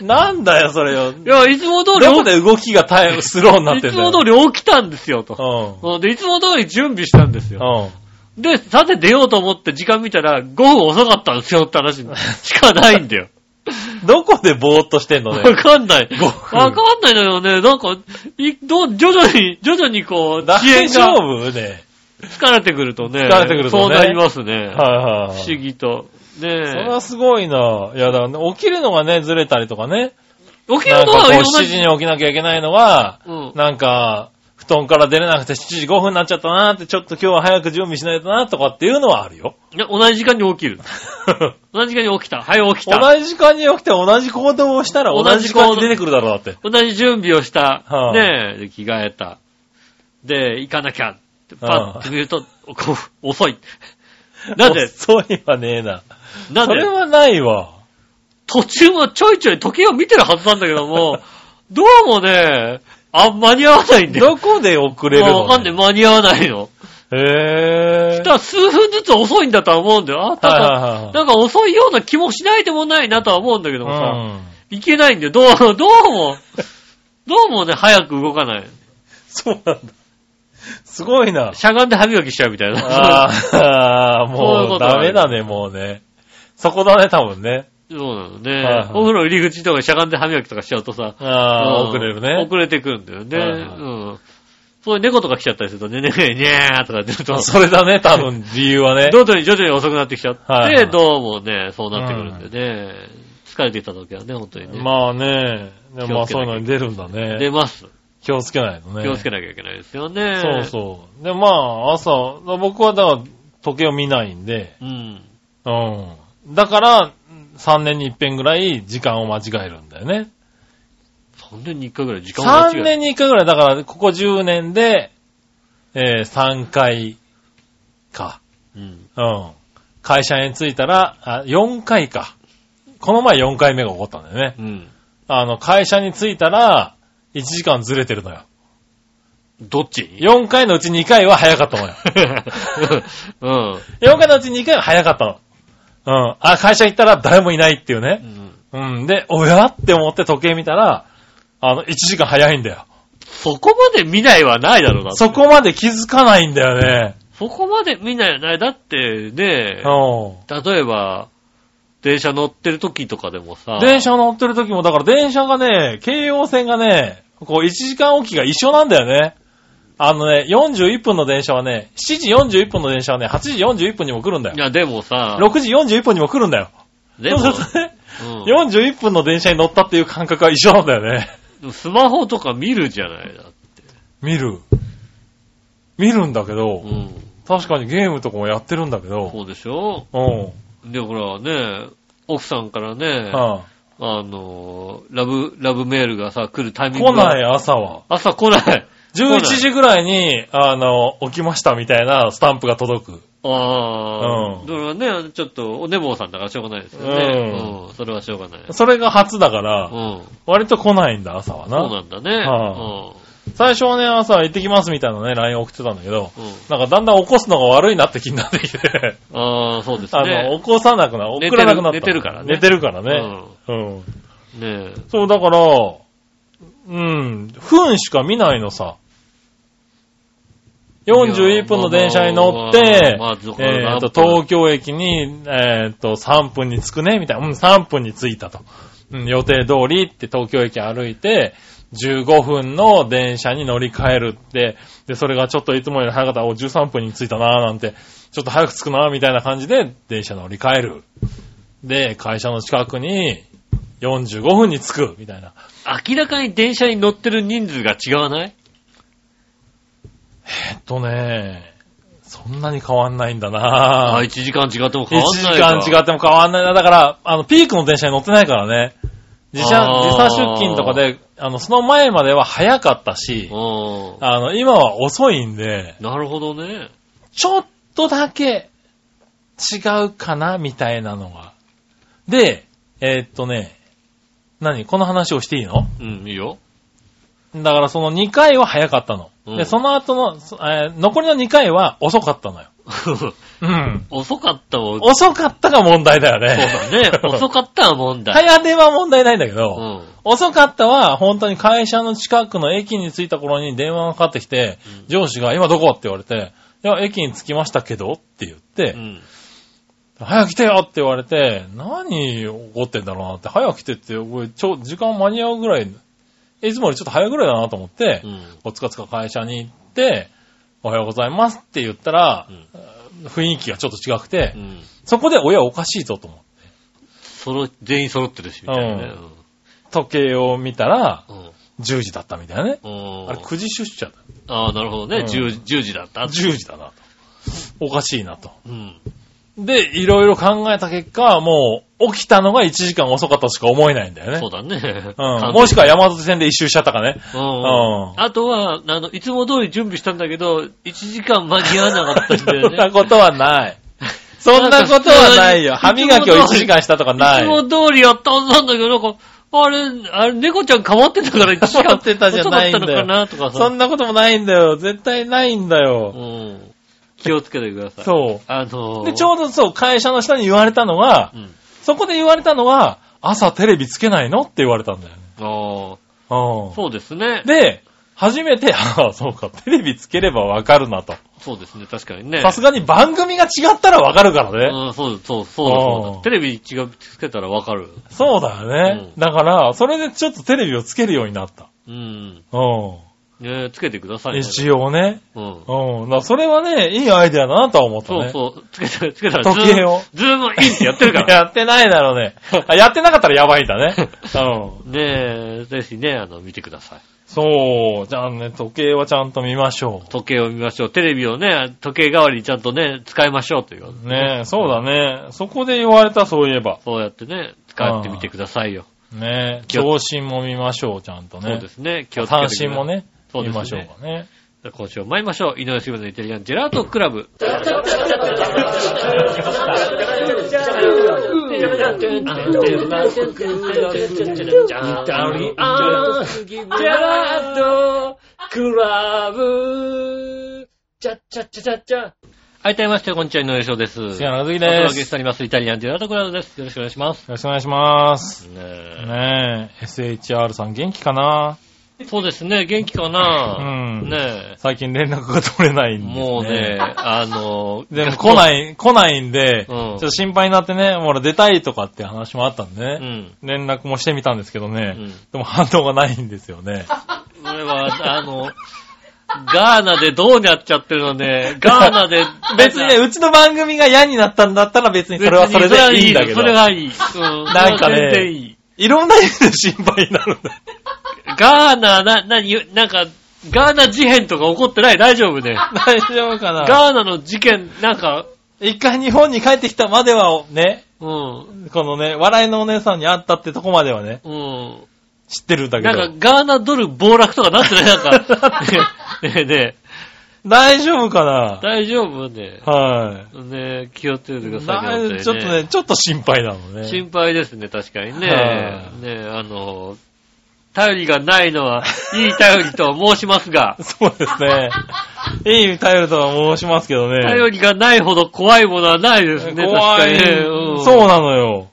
B: い
C: なんだよ、それよ。
B: や、いつも通り
C: どこで動きがタイムスローになっ
B: 起き、
C: て
B: い
C: ん
B: つ
C: だよ。
B: も通り起きたんですよ、と。
C: う
B: うんで、いつも通り準備したんですよ。
C: ん。うん。
B: で、さて出ようと思って時間見たら5分遅かったんですよって話
C: <laughs>
B: しかないんだよ。
C: どこでぼーっとしてんの
B: わ <laughs>
C: ね。
B: かんない。
C: 分
B: わかんないんだけどね、なんか、いどう徐々に、徐々にこう、遅
C: 大
B: 延
C: 丈
B: が
C: 夫ね。
B: 疲れてくるとね、
C: 疲れてくるとね
B: そうなりますね。
C: はいはいは
B: 不
C: い。
B: 思議と。
C: そ
B: ね
C: れはすごいな。いや、だからね、起きるのがね、ずれたりとかね。
B: 起きる
C: なんか
B: のは
C: こう、
B: 同
C: 7時
B: じ。
C: に起きなきゃいけないのは、
B: うん。
C: なんか、布団から出れなくて7時5分になっちゃったなーって、ちょっと今日は早く準備しないとなとかっていうのはある
B: <laughs>
C: よ。
B: いや同じ時間に起きる。同じ時間に起きた。はい、起きた。
C: 同じ時間に起きて同じ行動をしたら同じ時間に出てくるだろうだって。
B: 同じ準備をした。
C: はあ
B: ねえ、で着替えた。で、行かなきゃ。ってパッて見ると、こう <laughs> 遅い。なんで、
C: そういはねえな。
B: なん
C: そ
B: で
C: れ、はないわ。
B: 途中もちょいちょい時計を見てるはずなんだけども、 <laughs> どうもね、あん間に合わないんだよ。
C: どこで遅れる
B: あ
C: の
B: わかんない、間に合わないの。
C: へぇー。
B: ただ数分ずつ遅いんだとは思うんだよ。あ、ただ、
C: はいはいはい
B: なんか遅いような気もしないでもないなとは思うんだけどもさ。
C: うん
B: いけないんだよ。どう、 <laughs> どうも、どうもね、早く動かない。
C: そうなんだ。すごいな。
B: しゃがんで歯磨きしちゃうみたいな。
C: ああ、
B: そういう
C: も
B: こ
C: う
B: とあ
C: ダメ
B: る
C: だね、もうね。そこだね、多分ね。
B: <laughs> そうなの
C: はいは
B: ね
C: い。
B: お風呂入り口とかしゃがんで歯磨きとかしちゃうとさ、
C: ああ、
B: うん
C: 遅れるね
B: 遅。れてくるんだよね。
C: はいはい
B: うん。そういう猫とか来ちゃったりするとね、ねえ、にゃーとか出ると、
C: それだね、多分理由はね。
B: 徐々に徐々に遅くなってきちゃって、
C: はいはい
B: どうもね、そうなってくるんでね。疲れてきた時はね、本当にね。
C: まあね、でもまあ
B: 気
C: そ
B: をつけなきゃ
C: ういうのに出るんだ
B: 出
C: ね。
B: ます。
C: 気をつけないとね。
B: 気をつけなきゃいけないですよね。
C: そうそう。で、まあ、朝、僕はだから時計を見ないんで、
B: う。うん。
C: うん。だから、3年に一遍ぐらい時間を間違えるんだよね。
B: 3年に1回ぐらい時間を間
C: 3
B: 違える。
C: 年に1回ぐらい、だから、ここ10年で、えー、3回か。
B: うん。
C: うん。会社に着いたら、あ、4回か。この前4回目が起こったんだよね。
B: うん。
C: あの、会社に着いたら、1時間ずれてるのよ。
B: どっち
C: 4回のうち2回は早かったのよ。
B: <laughs> うん。
C: 4回のうち2回は早かったの。うん。あ、会社行ったら誰もいないっていう
B: う
C: ね。
B: ん
C: うん。で、おやって思って時計見たら、あの、1時間早いんだよ。
B: そこまで見ないはないだろうな。
C: そこまで気づかないんだよね。
B: そこまで見ないはない。だってね、
C: う
B: 例えば、電車乗ってる時とかでもさ、
C: 電車乗ってる時も、だから電車がね、京葉線がね、こう1時間おきが一緒なんだよね。あのね、41分の電車はね、7時41分の電車はね、8時41分にも来るんだ
B: い
C: よ。
B: や、でもさ、
C: 6時41分にも来るんだよ。
B: でも、
C: そうする
B: うん
C: とね、41分の電車に乗ったっていう感覚は一緒なんだよね。
B: でもスマホとか見るじゃないだって。
C: 見る。見るんだけど、
B: うん。
C: 確かにゲームとかもやってるんだけど、
B: そうでしょ
C: うん。うん。
B: で、ほらね、奥さんからね、あの、ラブ、ラブメールがさ、来るタイミング
C: 来
B: が。
C: ない朝は。
B: 朝来ない。
C: 11時ぐらいに、あの、起きましたみたいなスタンプが届く。
B: ああ、
C: うん
B: だからね、ちょっと、お寝坊さんだからしょうがないですよね。
C: うん
B: うん。それはしょうがない。うん。
C: それが初だから、
B: そ
C: 割と来ないんだ、朝は
B: う
C: な。
B: なんだね。
C: は最初はね、朝行ってきますみたいなね、LINE 送ってたんだけど、
B: うん。うん。
C: なんかだんだん起こすのが悪いなって気になってきて、
B: ああ、そうです
C: あ
B: ね。
C: の、起こさなくな、送
B: 寝てる
C: らなくなっ
B: 寝
C: た。
B: てるからね
C: 寝てるからね。うん。
B: うん。ねえ。
C: そう、だから、うん、分しか見ないのさ。41分の電車に乗っ
B: いや
C: て
B: まあまあまあそう、か
C: えっ
B: 何
C: と、
B: 分
C: 東京駅に、えっと、3分に着くね、みたいな。うん、3分に着いたと。うん、予定通りって東京駅歩いて、15分の電車に乗り換えるって、で、それがちょっといつもより早かった、お、13分に着いたな、なんて、ちょっと早く着くな、みたいな感じで、電車乗り換える。で、会社の近くに、45分に着く、みたいな。
B: 明らかに電車に乗ってる人数が違わない
C: えっとね、そんなに変わんないんだ
B: あ
C: な
B: あ、1時間違っても変
C: 1
B: わん
C: 時
B: ない
C: 間違
B: う。
C: っても変わんないな。だから、あの、ピークの電車に乗ってないからね。自社、
B: あー
C: 時差出勤とかで、あの、その前までは早かったし、
B: う
C: あの、今は遅いんで、
B: ん。なるほどね。
C: ちょっとだけ違うかな、みたいなのが。で、えーっとね、何この話をしていいの
B: うん、いいよ。
C: だからその2回は早かったの。
B: うん
C: で、その後の、そえー残りの2回は遅かったのよ。うん。
B: <laughs> 遅かったもん。そう
C: 遅かったが問題だよ
B: だね。
C: ね。
B: 遅かったは問題。
C: 早出は問題ないんだけど、
B: うん。
C: 遅かったは本当に会社の近くの駅に着いた頃に電話がかかってきて、
B: うん
C: 上司が今どこって言われて、いや、駅に着きましたけどって言って、
B: うん。
C: 早く来てよって言われて、何怒ってんだろうなって、早く来てって、これちょ、時間間に合うぐらい、いつもよりちょっと早いぐらいだなと思って、
B: うん。
C: おつかつか会社に行って、おはようございますって言ったら
B: う、ん。
C: 雰囲気がちょっと違くて、
B: うん。
C: そこで親おかしいぞと思って
B: そろ、全員揃ってるし、みたいなね。
C: 時計を見たら、
B: うん。うん
C: 10時だったみたいなね。
B: うん
C: あれ9時出社だ。
B: ああ、なるほどね。
C: うん
B: 10時、10時だった。
C: 10時だなと。おかしいなと。
B: うん。
C: で、いろいろ考えた結果、もう起きたのが1時間遅かったとしか思えないんだよね。
B: そうだね。
C: うん。もしくは山手線で一周しちゃったかね。
B: う
C: うん
B: ん。あとは、あの、いつも通り準備したんだけど、1時間間に合わなかったんだよ
C: そんな
B: ね。
C: こと
B: <laughs>
C: はない。そんなことはないよ。歯磨きを1時間したとか <laughs> ないい。
B: つも通りやったはずなんだけど、なんか、あれ、あれ、猫ちゃんかまってたから1時間
C: かまってたじゃないんだ
B: 遅か
C: よ
B: ったのかなとか
C: <laughs> そ
B: さ。
C: んなこともないんだよ。絶対ないんだ
B: う
C: よ。
B: ん。気をつけてください。う。
C: そ
B: あの
C: う。
B: ー、
C: で、ちょうどそう、会社の人に言われたのが、
B: うん。
C: そこで言われたのは、朝テレビつけないのって言われたんだよね。
B: ああ、
C: う
B: そうですね
C: ん。。で、初めて、 <laughs> ああ、そうか、テレビつければわかるなと。
B: そうですね、確かにね。
C: さすがに番組が違ったらわかるからね。
B: うん、そうそう、そうだそう
C: うん
B: だ。テレビ違うつけたらわかる。
C: そうだよね。
B: うん
C: だから、それでちょっとテレビをつけるようになった。
B: うん。
C: う
B: ねつけてください
C: ん。
B: ね。
C: 一応ね。
B: うん。
C: うん。だからそれはね、いいアイデアだなとは思った
B: そう
C: ね。
B: そう、つけた、つけたら、
C: 時計を
B: ズーム、ズームインってやってるから。
C: やって <laughs> ないだろ
B: <laughs>
C: うね。あやってなかったらやばいんだね。うん。
B: ねえ、ぜひね、あの、見てください。
C: そう。じゃあね、時計はちゃんと見ましょ
B: 時計を見ましょう。テレビをね、時計代わりにちゃんとね、使いましょうということで
C: う。ねえ、そうだね。そこで言われた、そういえば。
B: そうやってね、使ってみてくださいよ。
C: ねえ、
B: 気を
C: 長身も見ましょう、ちゃんと
B: そう
C: ね
B: で。すね、気をつけてく
C: 単
B: ださい。
C: 身も。ね、
B: そうで
C: 見
B: すね
C: ましょうかね。
B: 今週も参りましょう。井上杉村のイタリアンジェラートクラブ。はい、改めまして、こんにちは、井上翔です。
C: 杉原和樹
B: お
C: で
B: 届けし
C: す。
B: ております。イタリアンジェラートクラブです。よろしくお願いします。
C: よろしくお願いします。
B: ねえ
C: ねえ、SHR さん元気かな
B: そうですね、元気かな
C: うん
B: ね
C: 最近連絡が取れない
B: え。
C: んです、ね。
B: もうね、あの、
C: でも来
B: い。
C: ない、来ないんで、ちょっと心配になってね、もう俺出たいとかって話もあったんで
B: う
C: ね、
B: ん。
C: 連絡もしてみたんですけど
B: う
C: ね、
B: ん。
C: でも反応がないんですよ
B: <laughs>
C: ね。、
B: これは、あの、ガーナでどうなっちゃってるのね、ガーナで
C: <laughs> 別にね、うちの番組が嫌になったんだったら別にそれはそれでいいんだけど
B: そ。れがいい。うん。
C: なんかね
B: それは全然いい。
C: いろんな意味で心配になるん <laughs> だ。
B: ガーナ、な、なに、なんか、ガーナ事変とか起こってない大丈夫ね。
C: 大丈夫かな
B: ガーナの事件、なんか、
C: 一回日本に帰ってきたまではね、
B: うん、
C: このね、笑いのお姉さんに会ったってとこまではね、
B: うん。
C: 知ってるんだけ
B: な
C: ど。
B: んか、ガーナドル暴落とかなってないなん
C: <laughs>
B: か、ねえね
C: 大丈夫か
B: え、
C: な
B: 大丈夫ね。
C: は
B: ねえ、気をつけて
C: い。
B: くださいね。本当に
C: だちょっとね、ちょっと心配なのね。
B: 心配ですね、確かにね。
C: は、
B: ねえ、あの、頼りがないのは、いい頼りと申しますが
C: そうです
B: <laughs>
C: ね。いい頼るとは申しますけどね。
B: 頼りがないほど怖いものはないですね、
C: 怖い、
B: 確かにね。うん
C: そうなのよ。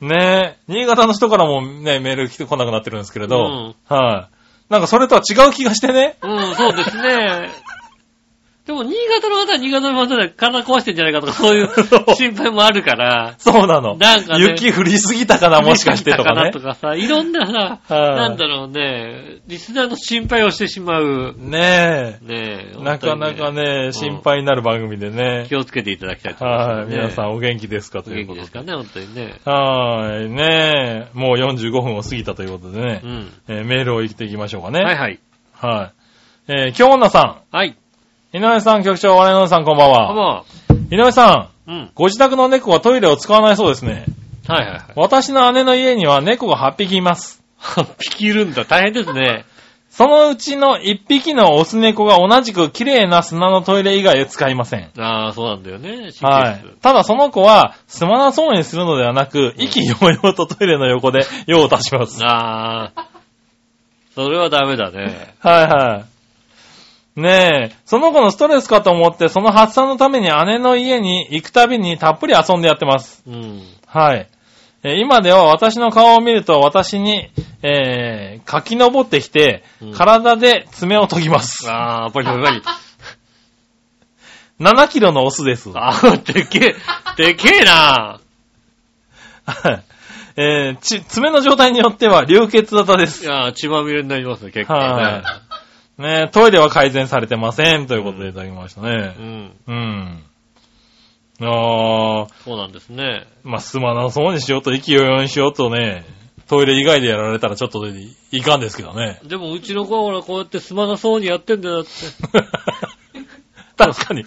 C: ねえ。新潟の人からもね、メール来てこなくなってるんですけれど、
B: うん
C: はい。なんかそれとは違う気がしてね。
B: うん、そうですね。でも、新潟の方は新潟の方で体壊してんじゃないかと
C: <laughs>
B: か、そういう
C: そう
B: 心配もあるから、
C: そうなの。
B: なんかね
C: 雪降りすぎたかな、もしかしてとか
B: 見
C: ね
B: てき。たかなとかさ、いろんなさ、
C: はい
B: なんだろうね、リスナーの心配をしてしまう。
C: ね
B: ね
C: え。なかなか
B: 本当に
C: ね、心配になる番組でね。
B: 気をつけていただきたいと思い
C: は
B: ま
C: い。
B: す、
C: 皆さん
B: ん、
C: お元気ですかと
B: お
C: いう
B: 元気
C: こと
B: です
C: で。
B: かね、本当にね。
C: はい。ねえ。もう45分を過ぎたということでね
B: う。ん。
C: えーメールを言っていきましょうかね。
B: はいはい。
C: はい。えー、京女さ
B: はい。
C: ん。井上さん、局長、我々のさん、こんばん
B: あ、
C: は。
B: ま
C: 井上さん、
B: あ、うん。
C: ご自宅の猫はトイレを使わないそうですね。
B: はいはい <laughs> はい。
C: 私の姉の家には猫が8匹います。
B: 8匹いるんだ。大変ですね。
C: そのうちの1匹のオス猫が同じく綺麗な砂のトイレ以外を使いません。
B: ああ、そうなんだよね。神経質
C: はい。ただその子は、すまなそうにするのではなく、意気揚々とトイレの横で <laughs> 用を足します。
B: ああ、それはダメだね。
C: はいはい。ねえ、その子のストレスかと思って、その発散のために姉の家に行くたびにたっぷり遊んでやってます。
B: うん。
C: はい。えー今では私の顔を見ると私に、えー、かき登ってきて
B: うん、
C: 体で爪を研ぎます。
B: ああ、パリパリパリ。
C: 7キロのオスです。は
B: ああ、でけえ、でけえな。
C: いえーち爪の状態によっては流血型で
B: い
C: す。
B: やー、血まみれになりますね、結構
C: は
B: ね。
C: ねえトイレは改善されてません。ということでいただきましたね
B: う。ん。
C: うん。あー、
B: そうなんですね。
C: まあ、すまなそうにしようと、意気揚々にしようとね、トイレ以外でやられたらちょっといいかんですけどね。 <laughs>
B: でも、うちの子はほら、こうやってすまなそうにやってんだよ、だって。
C: 確かに。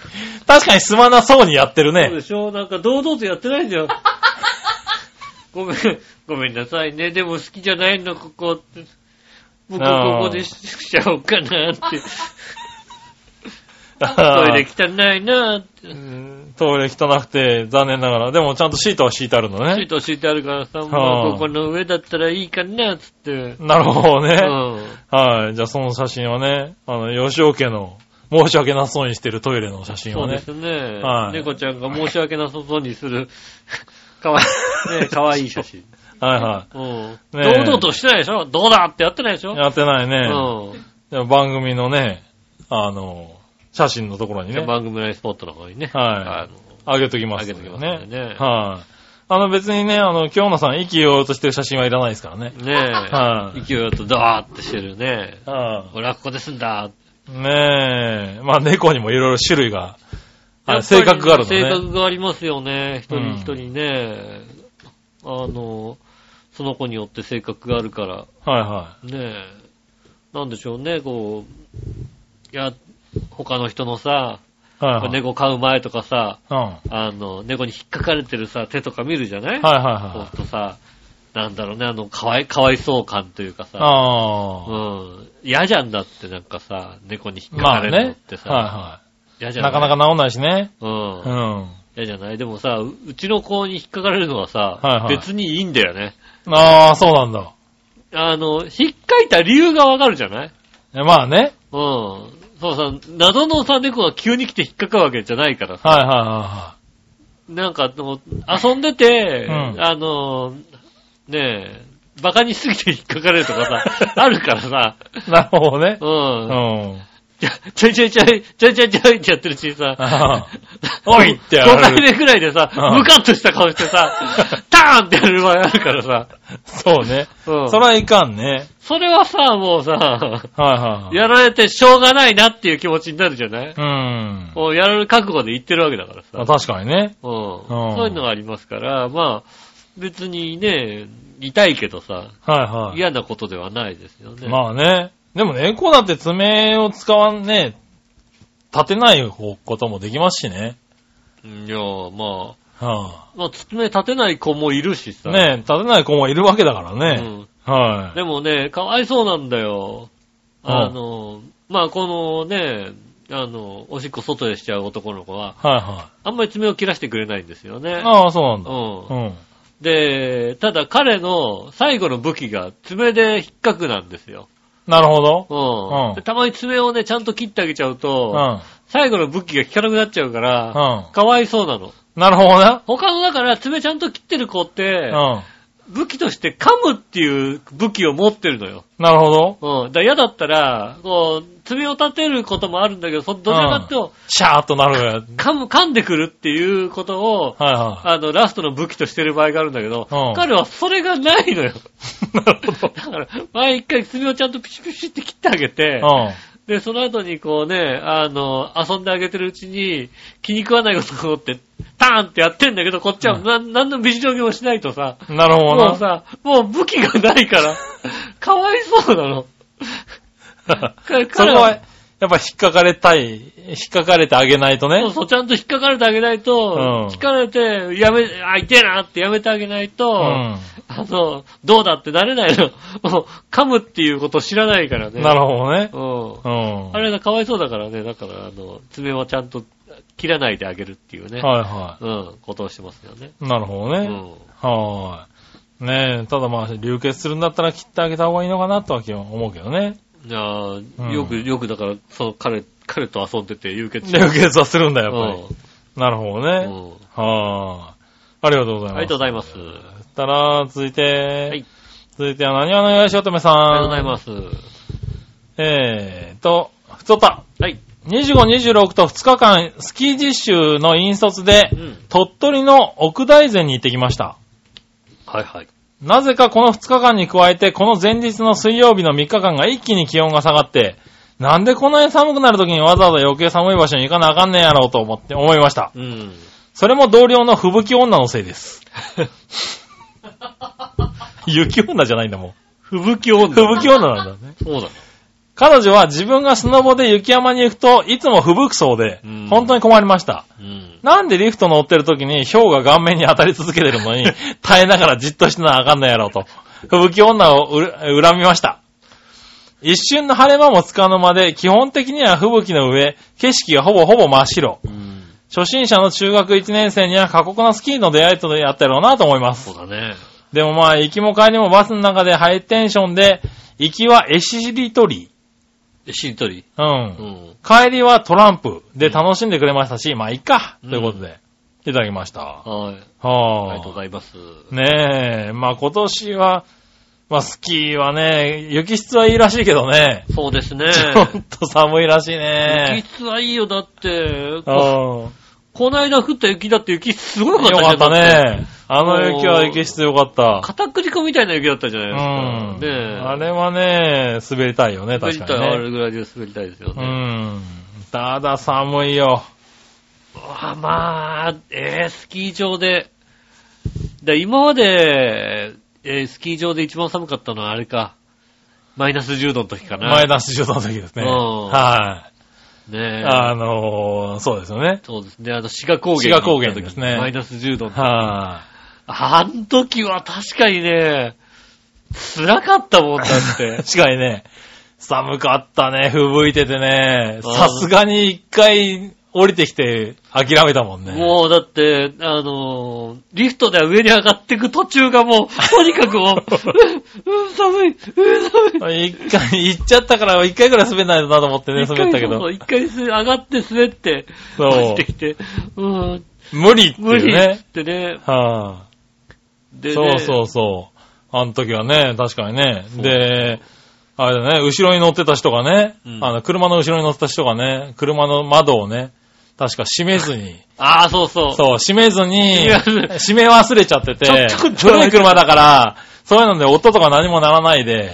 C: 確かにすまなそうにやってる
B: そう
C: ね
B: で。しょなんか、堂々とやってないんだ
C: <laughs>
B: よ。ごめん、ごめんなさいね。でも、好きじゃないの、ここって。僕、
C: あー
B: ここでししちゃおうかなって。ト
C: ト
B: イレ汚いなって。
C: <laughs> トイレ汚くて残念ながら。でもちゃんとシートは敷いてあるの
B: シ
C: ね
B: ー。ト敷いてあるからさ、
C: は
B: も
C: あ
B: うここの上だったらいいかな、つって。
C: なるほどね。
B: うん。
C: はい。じゃあその写真はね、あの、吉尾家の申し訳なそうにしてるトイレの写真
B: そ
C: を
B: うで
C: ね。
B: すね
C: は。い
B: 猫ちゃんが申し訳なさそうにす
C: <laughs>
B: る、かわいい、ね、かわいい写真。
C: はいは
B: うん。
C: ねえ
B: 堂々としてないでしょどうだってやってないでしょ
C: い。やってないうね。
B: ん。
C: でも番組のね、あの、写真のところに
B: じゃあ
C: ね、
B: 番組内スポットの方にね。
C: はい
B: あの
C: あげときます
B: あげ
C: よ
B: と
C: ね。
B: きますんでね
C: はい、あ。の別にね、あの、京野さん、意気揚々としてる写真はいらないですからね。
B: ね
C: はい
B: え。勢いよとダーってしてるね。
C: は
B: 俺はここですんだ。
C: い。ねえ。まあ猫にもいろいろ種類が、あ
B: やっぱり
C: 性格があるの
B: 性
C: ね。
B: 格がありますよね。一
C: うん
B: 人一人ね。あの、その子によって性格があるから。
C: はいは
B: ねえ、なんでしょうね、こう、いや、他の人のさ、
C: い。はい、はい。
B: 猫飼う前とかさ、
C: うん。は
B: あの、猫に引っかかれてるさ、手とか見るじゃない
C: いはい
B: そう
C: は
B: す
C: い。
B: るとさ、なんだろうね、あの、かわい、かわいそう感というかさ、
C: あ
B: う
C: あ。
B: ん、嫌じゃんだってなんかさ、猫に引っか
C: ま
B: か
C: あ
B: れるのっ
C: ね
B: て。さ、
C: は
B: 嫌
C: い
B: じ
C: はい。
B: ゃない
C: なかなか治んないしね。
B: う、
C: うんん。
B: 嫌じゃないでもさ、ううちの子に引っかかれるのはさ、
C: はいはい
B: 別にいいんだよね。
C: ああ、そうなんだ。
B: あの、引っかいた理由がわかるじゃない
C: えまあね。
B: うん。そうさ、謎のさ、猫が急に来て引っかかるわけじゃないからさ。
C: はいはいは
B: なんか、でも遊んでて、
C: うん
B: あの、ねえ、バカにしすぎて引っかかれるとか
C: <laughs>
B: さ、あるからさ、
C: なるほどね。
B: う。
C: うんん。
B: ちょちょいちょいちょい、ちょいちょいちょいってやってるしさ、
C: あおいってや
B: 5
C: ら
B: 回
C: れる。
B: 目ぐらいでさ、
C: うん
B: ムカッとした顔してさ、ターンってやる場合あるからさ、
C: そうね。
B: うん。
C: それはいかんね。
B: それはさ、もうさ、
C: はいはい。
B: やられてしょうがないなっていう気持ちになるじゃない
C: うん。
B: もうやられる覚悟で言ってるわけだからさ。
C: まあ確かにね。
B: うん。そういうのがありますから、まあ、別にね、痛いけどさ、
C: はいは
B: 嫌なことではないですよ
C: い。
B: ね。
C: まあね。でも猫だって爪を使わんね、立てないこともできますしね。
B: いや、ま
C: は
B: あ、まあ、爪立てない子もいるし
C: あ、
B: さ。
C: ね立てない子もいるわけだから
B: う
C: ね。
B: ん。
C: はい。
B: でもね、かわいそうなんだよ。
C: うん
B: あの、まあ、このね、あの、おしっこ外でしちゃう男の子は、
C: はいは
B: あんまり爪を切らしてくれないんですよね
C: い。。ああ、そうなん
B: う
C: だ。
B: ん
C: う。ん。
B: で、ただ彼の最後の武器が爪で引っかくなんですよ。
C: なるほど。
B: うん。
C: うん
B: でたまに爪をね、ちゃんと切ってあげちゃう
C: う
B: と、
C: ん。
B: 最後の武器が効かなくなっちゃうから、
C: うん。
B: かわいそうなの。
C: なるほどな。
B: 他のだから爪ちゃんと切ってる子って、
C: う
B: 武器として噛むっていう武器を持ってるのよ。
C: ん。なるほど。
B: うん。だから嫌だったら、こう、爪を立てることもあるんだけど、そどちらかっていうと、
C: シャーっとなるやつ。
B: 噛む、噛んでくるっていうことを、
C: はいは
B: あの、ラストの武器としてる場合があるんだけど、
C: うん
B: 彼はそれがないのよ。
C: い。 <laughs> なるほ
B: だから、前一回爪をちゃんとピシピシって切ってあげて、
C: ど。うん。
B: で、その後にこうね、あの、遊んであげてるうちに、気に食わないことをって、ターンってやってんだけど、こっちは
C: うん
B: 何,、ん、何のビジョンもしないとさ、
C: なる
B: も
C: ほど
B: う
C: な。
B: さ、もう武器がない
C: <laughs>
B: から、かわいそうなの。
C: <laughs>
B: 彼
C: そこ
B: 彼
C: は、やっぱ引っかかれたい、引っかかれてあげないとね。
B: そうそう、ちゃんと引っかかれてあげないと、
C: うん
B: 引っかかれて、やめ、あ、痛えなってやめてあげないと、
C: うん。
B: あの、どうだってなれないの。 <laughs> もう噛むっていうことを知らないからね。
C: なるほどね。
B: うん。
C: うん。
B: あれがかわいそうだからね、だから、あの、爪はちゃんと切らないであげるっていうね、
C: はいは
B: うん、ことをしてますよね。
C: い。なるほど
B: う
C: ね。
B: ん。
C: はーい。ねえ、ただまあ、流血するんだったら切ってあげた方がいいのかなとは思うけどね。
B: じゃあ、
C: ん
B: よく、よくだから、その彼、彼と遊んでて流血
C: 流血はするんだ、やっぱり。
B: う
C: なるほど
B: ん
C: ね。
B: うん
C: はーい。ありがとうございます。
B: ありがとうございます。
C: そしたら、続いて、
B: はい
C: 続いては、何話のよしおとめさん。
B: ありがとうございます。
C: えーと、ふとた。
B: はい。
C: 25、26と2日間、スキー実習の引率で
B: う、ん。
C: 鳥取の奥大前に行ってきました。
B: はいはい。
C: なぜかこの2日間に加えて、この前日の水曜日の3日間が一気に気温が下がって、なんでこんなに寒くなる時にわざわざ余計寒い場所に行かなあかんねんやろうと思って、思いました。
B: うん。
C: それも同僚の吹雪女のせ
B: <laughs>
C: いです。雪女じゃないんだもん。
B: 吹雪女。
C: 吹雪女なんだね。
B: そうだね。
C: 彼女は自分がスノボで雪山に行くといつも吹雪そうで
B: うん、
C: 本当に困りました。
B: うん。
C: なんでリフト乗ってる時に氷が顔面に当たり続けてるのに、耐えながらじっとしてなあかんのやろうと。吹雪女をうら恨みました。一瞬の晴れ間もつかの間で、基本的には吹雪の上、景色がほぼほぼ真っ白。
B: うん。
C: 初心者の中学1年生には過酷なスキーの出会いとやったやろうなと思います
B: そう。だね。
C: でもまあ、行きも帰りもバスの中でハイテンションで、行きはエシリトリ
B: えしりとり。
C: ー。うん
B: う。ん。
C: 帰りはトランプで楽しんでくれましたし、まあ、いっか、
B: うん
C: ということで、いただきました。
B: はい。あり
C: は
B: がとうございます。
C: あ。ねえ、まあ、今年は、まあ、スキーはね、雪質はいいらしいけどね、
B: そうですね。
C: ちょっと寒いらしいね
B: 雪。質はいいよ、だって。
C: うん。
B: ここないだ降った雪だって雪すごい
C: よ
B: 良
C: か
B: かっ
C: った
B: たじゃん。だって
C: ね。あの雪は雪質よかった。
B: 片栗粉みたいな雪だったじゃ
C: う
B: ない
C: ん。
B: ですか。ねえ
C: あれはね、滑りたいよね、
B: 滑
C: 確
B: り
C: か
B: たい、
C: に
B: あ
C: ね。
B: れぐらいで滑りたいですよ
C: う
B: ね。
C: ん。ただ寒いよ。
B: あまあ、えー、スキー場で。で今まで、えースキー場で一番寒かったのはあれか。マイナス10度の時かな。
C: 前出し上手の時ですね。
B: うん
C: はい。
B: ねえ
C: あのー、そうですよね。
B: そうですね。あの、志賀高原。
C: 志賀高原ですね
B: マイナス10度の。
C: は
B: あん時は確かにね、辛かったもんだっ
C: い。
B: て。
C: 確かにね、寒かったね、吹雪いててね、
B: うん
C: さすがに一回降りてきて諦めたも <laughs> んね。
B: もうだって、あのーリフトでは上に上がっていく途中がもう、とにかく
C: <laughs>
B: もう、うん、うん、寒い、うん、寒い。
C: 一回、行っちゃったから一回くらい滑んないとなと思ってね、滑ったけど。
B: 一回そうそう一回上がって滑って、
C: そう
B: 走ってきて、うん、
C: 無理って
B: 無
C: い
B: 理っ
C: う
B: つ
C: ね
B: っ。てね。
C: は
B: でね
C: い。そうそうそう。あの時はね、確かにね。
B: そう
C: で、あれだね、後ろに乗ってた人がね、
B: うん
C: あの、車の後ろに乗ってた人がね、車の窓をね、確か閉めずに、
B: ああ、そうそう。
C: そう、閉めずに、
B: 閉め忘れ
C: 閉め忘れちゃってて、
B: ちょちょっと
C: 古い車だから、そういうので音とか何もならないで、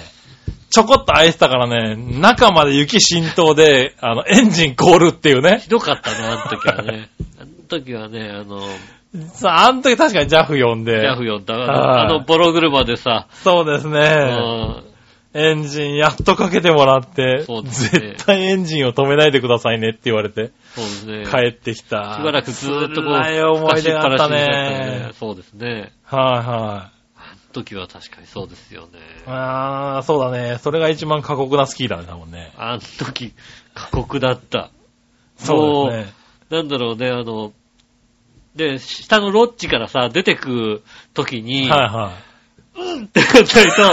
C: ちょこっと開いてたからね、中まで雪浸透で、あの、エンジン凍るっていうね
B: ひ。どかったな、あの時はね。あの時はね、あ
C: <laughs>
B: の、
C: さあ、あの時確かに JAF 呼んで。
B: ヤフ呼んだ。
C: は
B: あ
C: い
B: の、ボロ車でさ、
C: そうです
B: う
C: ね。
B: ん
C: エンジンやっとかけてもらって、
B: そうですね
C: 絶対エンジンを止めないでくださいねって言われて、
B: そうですね。
C: 帰ってきた。
B: しばらくずーっとこう、
C: 辛い思い出があった
B: 出しっぱなしになった
C: ね
B: ね。そうですね。
C: はいはい。
B: 時は確かにそうですよね。
C: ああ、そうだね。それが一番過酷なスキーだね、多分ね。
B: あの時、過酷だった。
C: そうですね。
B: なんだろうね、あの、で、下のロッジからさ、出てく時に、
C: はいは
B: ってやったりと、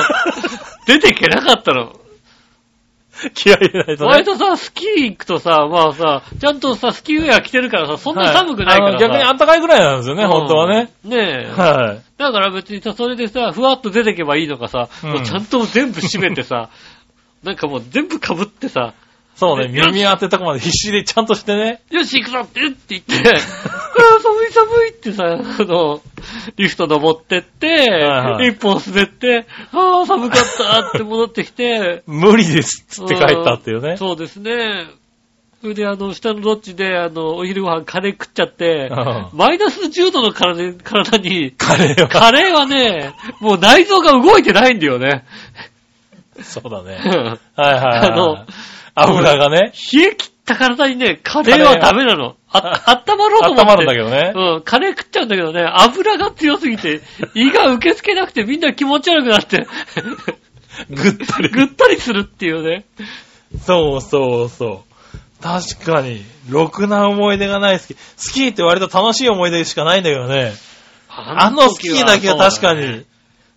B: 出てけなかったの。
C: い。気合い入れないとね。
B: 割とさ、スキー行くとさ、まあさ、ちゃんとさ、スキーウェア着てるからさ、そんなに寒くないから
C: はあの
B: さ。
C: 逆に暖かいぐらいなんですよね、
B: うん
C: 本当はね。。
B: ねえ。
C: はい。
B: だから別にさ、それでさ、ふわっと出てけばいいのかさ、
C: うん
B: もうちゃんと全部閉めて
C: <laughs>
B: さ、なんかもう全部被ってさ、
C: そうね、
B: でよし
C: 耳当てとかまで必死でちゃんとしてね。
B: よし、行くぞってって言
C: <laughs>
B: って、うわ寒い寒いってさ、あの、リフト登ってって、
C: はいはい、
B: 一本滑って、ああ、寒かったって戻ってきて
C: 無理ですっつって帰ったっていう
B: う
C: <laughs> ね
B: ん。そうですね。それで、あの、下のロッジで、あの、お昼ご飯カレー食っちゃって
C: うん、
B: マイナス10度の
C: <laughs>
B: 体体に、
C: カレーは。
B: カレーはね、もう内臓が動いてないんだよ
C: <laughs>
B: ね。
C: そうだね。
B: うん
C: はいはいはい。
B: あの、
C: 油がね、
B: 冷え切った体にね、カレーはダメなの。あ、温まろうと思って。
C: 温まるんだけどね。
B: うん、カレー食っちゃうんだけどね、油が強すぎて、胃が受け付けなくてみんな気持ち悪くな
C: <laughs>
B: って、
C: ぐったり。
B: ぐったりするっていうね。
C: そうそうそう。確かに、ろくな思い出がないスキー。スキーって割と楽しい思い出しかないんだけどね。あ
B: あ
C: のスキーだけは確か
B: そうだね
C: に、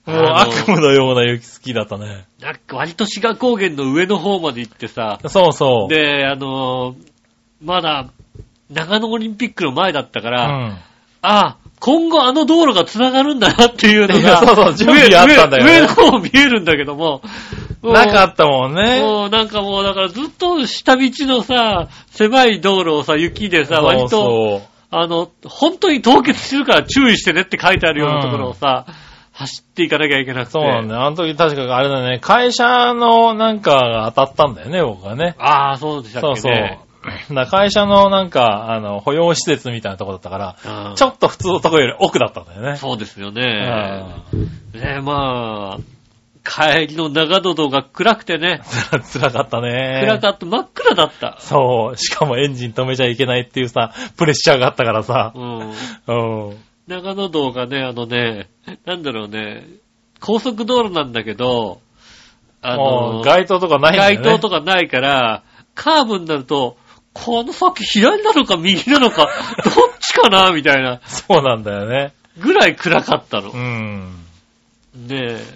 C: もう
B: あの
C: 悪夢のような雪スキーだったね。
B: なんか割と志賀高原の上の方まで行ってさ、
C: そうそう。
B: で、あのーまだ、長野オリンピックの前だったか
C: う
B: ら、
C: ん。
B: ああ、今後あの道路が繋がるんだなっていうの
C: いや
B: が、
C: そうそう準備あったんだよね
B: 上上の方見えるんだけど
C: <laughs>
B: も、もう
C: なかったもんね。
B: もうなんかもうだからずっと下道のさ、狭い道路をさ、雪でさ、
C: そう
B: 割と、
C: そう
B: あの、本当に凍結してるから注意してねって書いてあるようなところをさ、走っていかなきゃいけなくて。
C: そうなんだよ。あの時確かあれだね、会社のなんかが当たったんだよね、僕がね。
B: ああ、そうでしたっけ
C: そうそう。
B: ね。
C: だから会社のなんか、あの、保養施設みたいなとこだったから、
B: うん
C: ちょっと普通のとこより奥だったんだよね。
B: そうですよ
C: う
B: ね。
C: ん <laughs>
B: ねえ、まあ、帰りの長野道が暗くてね、
C: つら、つらかったね。
B: 暗かった、真っ暗だった。
C: そう。しかもエンジン止めちゃいけないっていうさ、プレッシャーがあったからさ
B: う。ん。
C: うん。
B: 長野道がね、あのね、なんだろうね、高速道路なんだけど、あ
C: も
B: の
C: う、街灯とかないんだよ
B: 街
C: ね。
B: 灯とかないから、カーブになると、この先左なのか右なの
C: <laughs>
B: か、どっちかなみたいな、
C: そうなんだよね。
B: ぐらい暗かったの
C: う。ん。
B: ね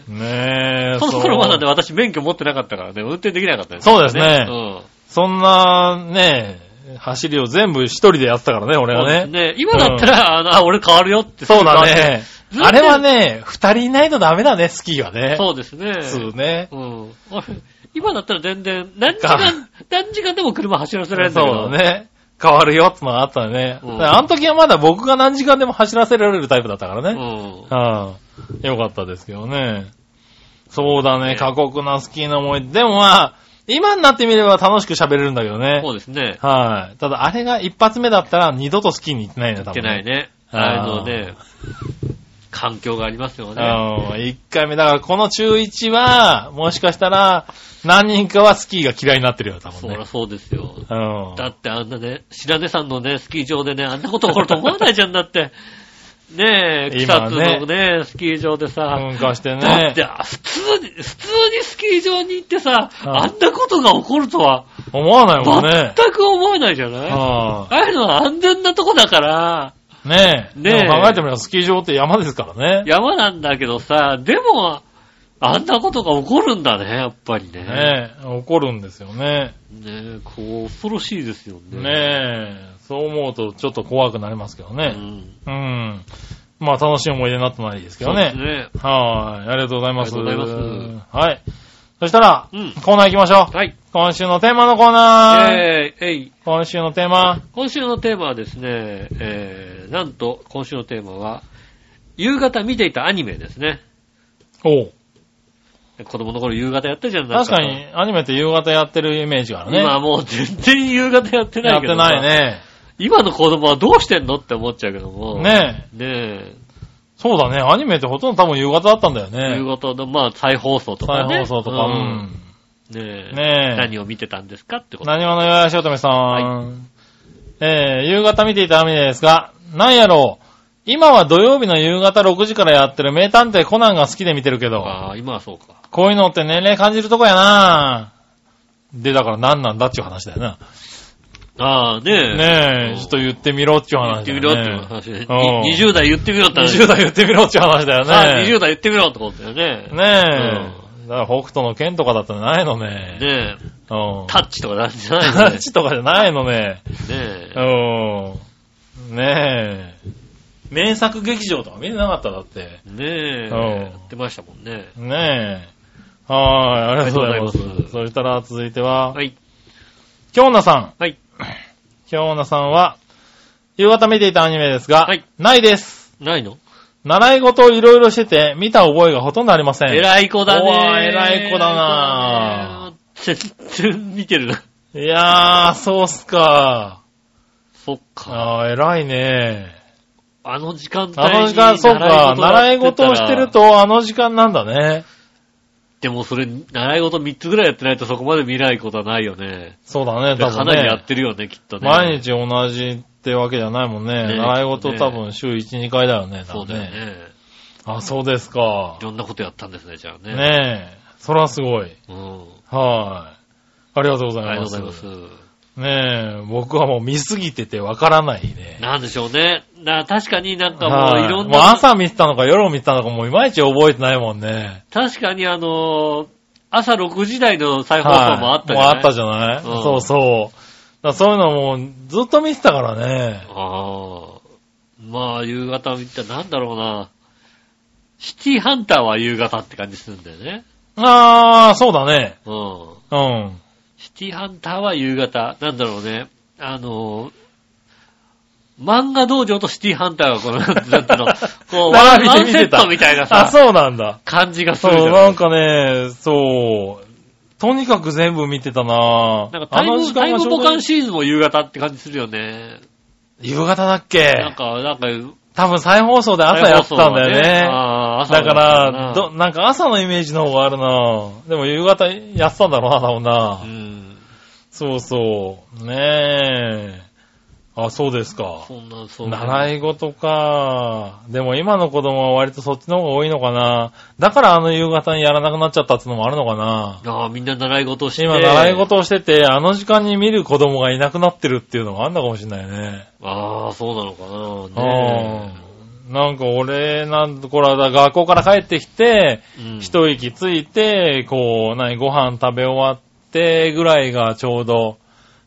B: え。
C: ねえ。
B: その
C: そう
B: 頃まだね、私免許持ってなかったからね、運転できなかったです、
C: そうですね
B: うん。
C: そんな、ねえ、走りを全部一人でやってたからね、俺
B: そう
C: は
B: です
C: ね。
B: ね。今だったら、あのあ、俺変わるよって。
C: そうだ。ね。
B: ずっと
C: あれはね、二人いないとダメだね、スキーはね。
B: そうですね。
C: 普通ね。
B: うん。俺今だったら全然、何時間、何時間でも車走らせられるんだけど。
C: そうだね。変わるよってのがあったよね。
B: うん
C: だからあの時はまだ僕が何時間でも走らせられるタイプだったからね。
B: ね。
C: うん。よかったですけどね。そうだね、
B: ね
C: 過酷なスキーの思い出。でもまあ、今になってみれば楽しく喋れるんだけど
B: うん。
C: ね
B: そ。うですね。
C: はい。ただ、あれが一発目だったら二度とスキーに行ってないね、多分。
B: いけない
C: ね。
B: ね。あ
C: あー
B: のね、環境がありますよね。
C: うん。一回目、だからこの中1は、もしかしたら、何人かはスキーが嫌いになってるよ、多
B: そ
C: 分
B: りゃ
C: ね。
B: そうですよ。
C: うん。
B: だってあんなね、白根山のね、スキー場でね、あんなこと起こると思わないじゃんだ
C: <laughs>
B: って。ねえ、草
C: 今
B: 津のね、スキー場でさ、
C: 噴火してね。
B: だってあ普通に、普通にスキー場に行ってさ、
C: うん
B: あんなことが起こるとは、
C: 思わないもんね。
B: 全く思わないじゃない、あ
C: あ
B: あいうのは安全なとこだから、
C: あねえ。
B: ねえ
C: でも考えてみればスキー場って山ですからね。
B: 山なんだけどさ、でも、あんなことが起こるんだね、やっぱりね。
C: ねえ、怒るんですよね。
B: ねえ、こう、恐ろしいですよね。
C: ねえ、そう思うとちょっと怖くなりますけど
B: え
C: ね。うん。まあ楽しい思い出になってもらいいですけどね。
B: そうですね。
C: はい。ありがとうございます。
B: ありがとうございま
C: はい。そしたら、
B: うん
C: コーナー行きましょう。
B: はい。
C: 今週のテーマのコーナー。
B: えー、えい。
C: 今週のテーマ。
B: 今週のテーマはですね、えー、なんと、今週のテーマは、夕方見ていたアニメですね。
C: おう
B: 子供の頃夕方やったじゃん。なん
C: 確かに、アニメって夕方やってるイメージがあるね。
B: 今もう全然夕方やってな
C: や
B: い
C: っ
B: けど
C: て
B: さ
C: ないね。
B: 今の子供はどうしてんのって思っちゃうけども。。
C: ねえ。
B: ね
C: そうだね。アニメってほとんど多分夕方だったんだよ
B: え。夕
C: ね。
B: 方の、まあ、再放送とか
C: 再
B: ね。
C: 放送とか。う
B: うん
C: ん。
B: ねえ。
C: ねえ
B: 何を見てたんですかってこと。
C: 何わのよやしおとめさん。
B: は
C: えー、夕方見ていたアニメですが、なんやろう。今は土曜日の夕方6時からやってる名探偵コナンが好きで見てるけど、
B: ああ、今はそうか。
C: こういうのって年齢感じるとこやなで、だから何なんだっていう話だよな。
B: ああ、ねえ。
C: ね
B: うん
C: え、ちょっと言ってみろってい
B: 言
C: う
B: っ
C: 話だ
B: てみ
C: よね。
B: ろって話で。
C: うん
B: に20代言ってみろって話。
C: 20代言ってみろっていう話だよ
B: さあ
C: ね。
B: 20代言ってみろってことだよね。
C: ねえ。だから北斗の剣とかだったらないのね。
B: ねえ。
C: うん。
B: タッチとかなんじゃない
C: タ
B: よね
C: ッ。チとかじゃないのね。 <laughs>
B: ねえ。
C: うん。ねえ。名作劇場とか見れなかっただって。
B: ねえ。
C: うん
B: やってましたもんね。
C: ねえ。はーい、ありがとうございます
B: ありがとうございま。す
C: そしたら続いては、
B: はい。
C: 京奈さん。
B: はい。
C: 京奈さんは、夕方見ていたアニメですが、
B: はい
C: ないです。
B: ないの
C: 習い事をいろいろしてて、見た覚えがほとんどありません。
B: 偉い子だね
C: おー偉い子だな
B: 偉い子だね全然見てるな。
C: いやー、そうっすか。
B: そっか。
C: あー、偉いね。
B: あの時間帯に
C: あの時間、そうか、習い事をしてる。と、あの時間なんだね。
B: でもそれ、習い事3つぐらいやってないとそこまで見ないことはないよね。
C: そうだね、
B: か
C: 多分
B: なりや
C: ね
B: っ。てるよね、きっとね。
C: 毎日同じってわけじゃないもんね。
B: ね
C: 習い事多分週1、2回だよね。
B: そうだよね。
C: 多分ねあ、そうですか
B: い。ろんなことやったんですね、じゃあね。
C: ねえ。そらすごい。
B: うん。
C: はい。ありがとうござ
B: あり
C: い
B: がとう
C: ま
B: ご
C: す。
B: ざいます。
C: ねえ、僕はもう見すぎててわからないね。
B: なんでしょうね。な、確かになんかも
C: は
B: う
C: い
B: いろん
C: もう
B: な、
C: 朝見てたのか夜を見てたのかもういまいち覚えてないもんね。
B: 確かにあのー朝6時台の再放送 <laughs>
C: はい
B: もあったじゃ
C: もう
B: ない、
C: あったじゃない
B: うん
C: そうそう。だからそういうのもずっと見てたからね。
B: ああ。まあ、夕方見た、なんだろうな。シティハンターは夕方って感じするんだよね。
C: あー、そうだね。
B: うん。
C: うん。
B: シティハンターは夕方。なんだろうね。あのー漫画道場とシティハンターがこの、なんてなん
C: <laughs>
B: ていうの、こう、ワン
C: 並
B: ワ
C: ん
B: ン
C: で見
B: セ
C: て
B: ッ
C: た
B: トみたいな
C: あ、
B: さ、
C: そうなんだ。
B: 感じがす
C: そう、
B: るじゃな
C: ないんかね、そう。とにかく全部見てたな
B: なんかタイム、タイム
C: ちょうど
B: ボカンシリーズも夕方って感じするよね。
C: 夕方だっけ
B: なんか、なんか、
C: 多分再放送で朝やってたんだよね。
B: ああ、朝
C: だか
B: な
C: ら、ど、、なんか朝のイメージの方があるなでも夕方やってたんだろうな、多
B: う
C: 分な。
B: ん。
C: そうそう。ねえ。あ、そうですか。
B: そんな、そう。
C: 習い事か。でも今の子供は割とそっちの方が多いのかな。だからあの夕方にやらなくなっちゃったってのもあるのかな。
B: ああ、みんな習い事をして。
C: 今、習い事をしてて、あの時間に見る子供がいなくなってるっていうのがあんのかもしれないね。
B: ああ、そうなのかな。ね
C: うん。なんか俺、なんと、これは学校から帰ってきて、
B: え。うん
C: 一息ついて、こう、何、ご飯食べ終わってぐらいがちょうど、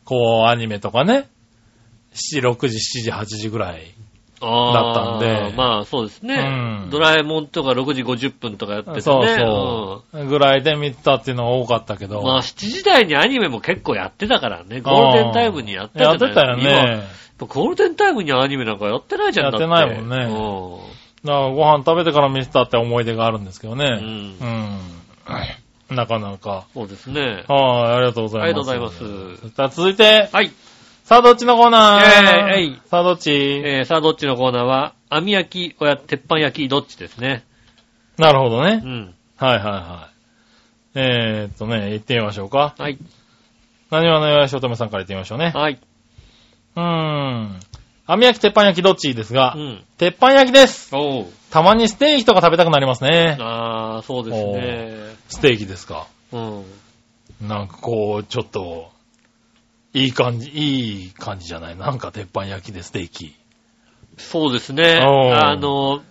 C: こう、アニメとかね、7、6時、7時、8時ぐらい。
B: ああ
C: だったんで
B: まあ、そうですね、
C: うん
B: ドラえもんとか6時50分とかやっててね。
C: そうそう。ぐらいで見てたっていうのが多かったけ
B: う
C: ど。
B: んまあ、7時台にアニメも結構やってたからね。ゴールデンタイムにやってた
C: やってたよね。
B: ゴールデンタイムにアニメなんかやってないじゃんだ
C: やってないもんねだからご飯食べてから見てたって思い出があるんですけどね。
B: うん
C: うん。なかなか。
B: うん。そうですね。
C: はい、ありがとうございます。
B: ありがとうございます
C: そしたら続いて、
B: はい。
C: さあどっちのコー
B: イ
C: ナー
B: ェーイえい
C: さあどっち
B: えー、さあ、どっちのコーナーは、網焼き、おや、鉄板焼き、どっちですね。
C: なるほどね
B: う。ん。
C: はいはいはい。えー、っとね、行ってみましょうか。
B: はい。
C: 何わのよやしおとめさんから行ってみましょうね。
B: はい。
C: うーん。網焼き、鉄板焼きどっちですが、
B: うん。
C: 鉄板焼きです。
B: おう。
C: たまにステーキとか食べたくなりますね。
B: ああ、そうですね。
C: ステーキですか。
B: うん。
C: なんかこう、ちょっと、いい感じ、いい感じじゃない。なんか鉄板焼きでステーキ。
B: そうですね。
C: おう
B: あの、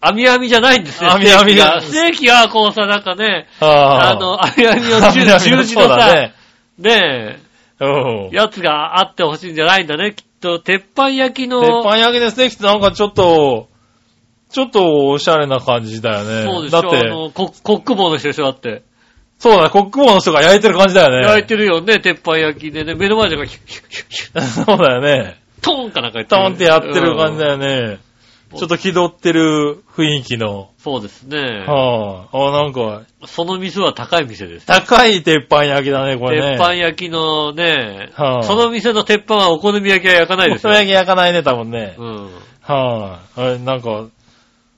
B: 網網じゃないんですね。
C: 網網
B: が。ステーキは、こうさ、なんかね、あ
C: あ <laughs>
B: の、網網の
C: 網々の
B: 十十字の
C: そうだ
B: さ
C: ね、
B: ね
C: うん
B: え、やつがあってほしいんじゃないんだね。きっと、鉄板焼き
C: 鉄
B: の、
C: 板焼きでステーキってなんかちょっと、ちょっとおしゃれな感じだよね。
B: そうでしょ
C: だっ
B: あ
C: て、
B: の、ココック帽の人でしょだって。
C: そうだね、コックボの人が焼いてる感じだよね。
B: 焼いてるよね、鉄板焼きでね。目の前でヒュッヒュッヒュッヒュッ、
C: る。そうだよね。
B: トーンかなんかやって
C: トーンってやってる感じだ
B: よ。
C: よね。
B: うん
C: ちょっと気取ってる雰囲気の。
B: そうですね。
C: はあ、あ、なんか、
B: その店は高い店です。
C: 高い鉄板焼きだね、これね。
B: 鉄板焼きのね、
C: はい
B: その店の鉄板はお好み焼きは焼かないです
C: 鉄板
B: よ。
C: 焼き焼かないね、多分ね。
B: うん。
C: はい、あ。なんか、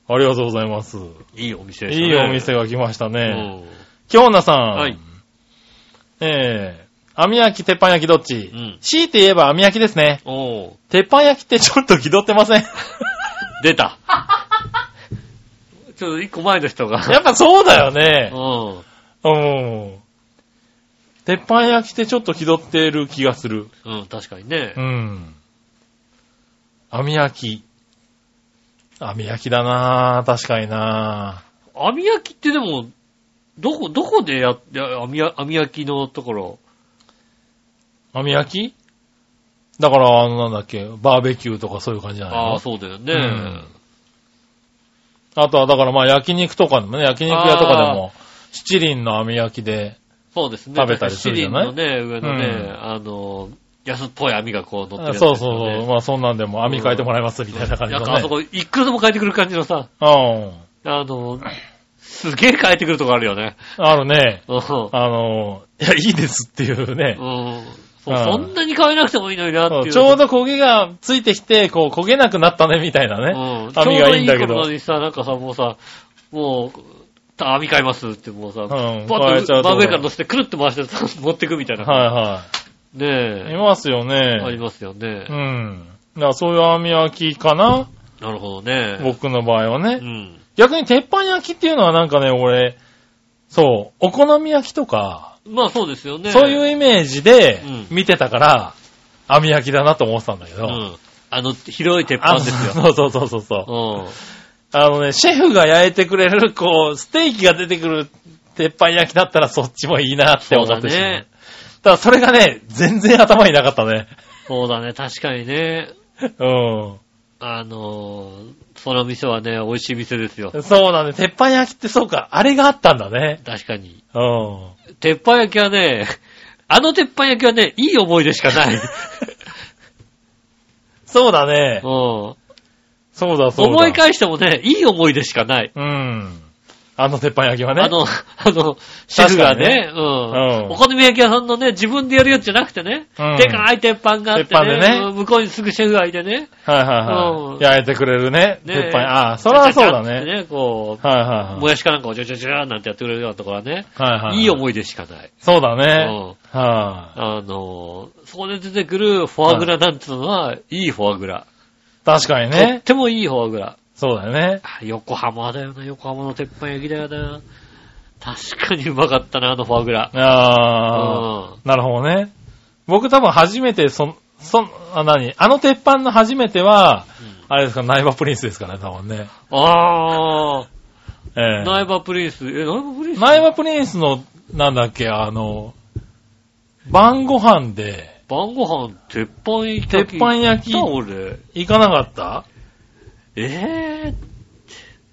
C: ありがとうございます。
B: いいお店で
C: い
B: すね。
C: いお店が来ました
B: う
C: ね。
B: ん。
C: 京奈さん。
B: はい。
C: ええ網焼き、鉄板焼きどっち、
B: うん
C: 強いて言えば網焼きですね。
B: おー
C: 鉄板焼きってちょっと気取ってま
B: <laughs>
C: せん
B: 出た。 <laughs> ちょっと一個前の人が。
C: やっぱそうだよね。
B: うん。
C: うん。鉄板焼きってちょっと気取ってる気がする。
B: うん、確かにね
C: う。ん。網焼き。網焼きだなぁ、確かにな
B: 網焼きってでも、どこ、どこでや、や網や網焼きのところ。
C: ぁ。網焼きだから、あの、なんだっけ、バーベキューとかそういう感じじゃないの
B: ああ、そうだよね。
C: うんあとは、だからまあ焼肉とかでもね、焼肉屋とかでも、七輪の網焼きで、
B: そうですね。
C: 食べたりするじゃない
B: 七輪のね、上のね、
C: うん
B: あの、安っぽい網がこう乗ってるやつです
C: そ
B: よね、
C: うそうそう、まあそんなんでも網変えてもらいますみたいな感じ
B: な
C: の
B: ん
C: ね。
B: かあそこ、いくらでも変えてくる感じのさ、
C: うん。
B: あの、すげえ変えてくるとこあるよね。
C: あるね。
B: うん。
C: あの、いや、いいですっていうね。
B: うんそう
C: うん
B: そんなに変えなくてもいいのになって
C: そ
B: いうう。
C: ちょうど焦げがついてきて、こう焦げなくなったねみたいな
B: う
C: ね。
B: ん、ちょう
C: 網が
B: ど
C: い
B: いい
C: いん
B: 頃
C: だけど
B: にさ、なんかさ、もうさ、もう、網変えますってもうさ、
C: ん
B: バ
C: 変
B: ッ
C: えち
B: と
C: ゃうとこ
B: 真
C: ろ
B: 上から乗せてくるって回してさ持ってくみたいな。
C: は
B: ね
C: いはい。い
B: え。
C: ますよ
B: あり
C: ね。
B: ますよね
C: う。ん。だからそういう網焼きかな
B: なるほどね。
C: 僕の場合は
B: う
C: ね。
B: ん。
C: 逆に鉄板焼きっていうのはなんかね、俺、そう、お好み焼きとか、
B: まあそうですよね。
C: そういうイメージで
B: うん
C: 見てたから、網焼きだなと思ってたんだけど。
B: うん。あの、広い鉄
C: あ
B: 板ですよ。
C: <laughs> そうそうそうそうそう。
B: う
C: あのね、シェフが焼いてくれる、こう、ステーキが出てくる鉄板焼きだったらそっちもいいなって思ってし
B: そう
C: ま
B: だ
C: う。
B: ね
C: ただそれがね、全然頭になかったね。
B: ん。そうだね、確かにね。
C: う
B: あのーその店はね、美味しい店ですよ。
C: ん。そうなんで、鉄板焼きってそうか、あれがあったんだね。
B: 確かに。
C: うん。
B: 鉄板焼きはね、あの鉄板焼きはね、いい思い出しか
C: <laughs>
B: ない。
C: そうだね
B: うん。。思
C: そうだ、そうだ。
B: い返してもね、いい思い出しかない。
C: うん。あの鉄板焼きはね。
B: あの、あの、シェフがね、うん
C: う、ん
B: お好み焼き屋さんのね、自分でやるやつじゃなくてね、
C: うん
B: でかい鉄板があって
C: 鉄板で
B: ね、
C: ね
B: うん向こうにすぐシェフがいてね、
C: はいはいは
B: うん
C: い。焼いてくれるね。
B: ね
C: 鉄板。ああ、それはそうだね。
B: ね、こう、
C: はいはい
B: も
C: はい。
B: やしかなんかをジャジャジャーなんてやってくれるようなところはね、
C: はいはい。
B: いい思い出しかない。
C: そうだ
B: う
C: ね。
B: ん。
C: は
B: あの、そこで出てくるフォアグラなんてのは、いいフォアグラ。
C: い。確かに
B: とっ
C: ね。
B: てもいいフォアグラ。
C: そうだよね。
B: あ横浜だよな、横浜の鉄板焼きだよな。確かにうまかったな、あのフォアグラ。う
C: ああ。
B: ん。
C: なるほどね。僕多分初めて、そん、そん、あ、何あの鉄板の初めては、あれですか、ナイバプリンスですからね、多分ね。
B: あ
C: え
B: ー、
C: え
B: ナイバープリンス。え、ナイバープリンス
C: ナイバプリンスの、なんだっけ、あの、晩ご飯で、
B: 晩ご飯、鉄板焼き。
C: 鉄板焼き
B: 行った俺。
C: 行かなかった
B: えー、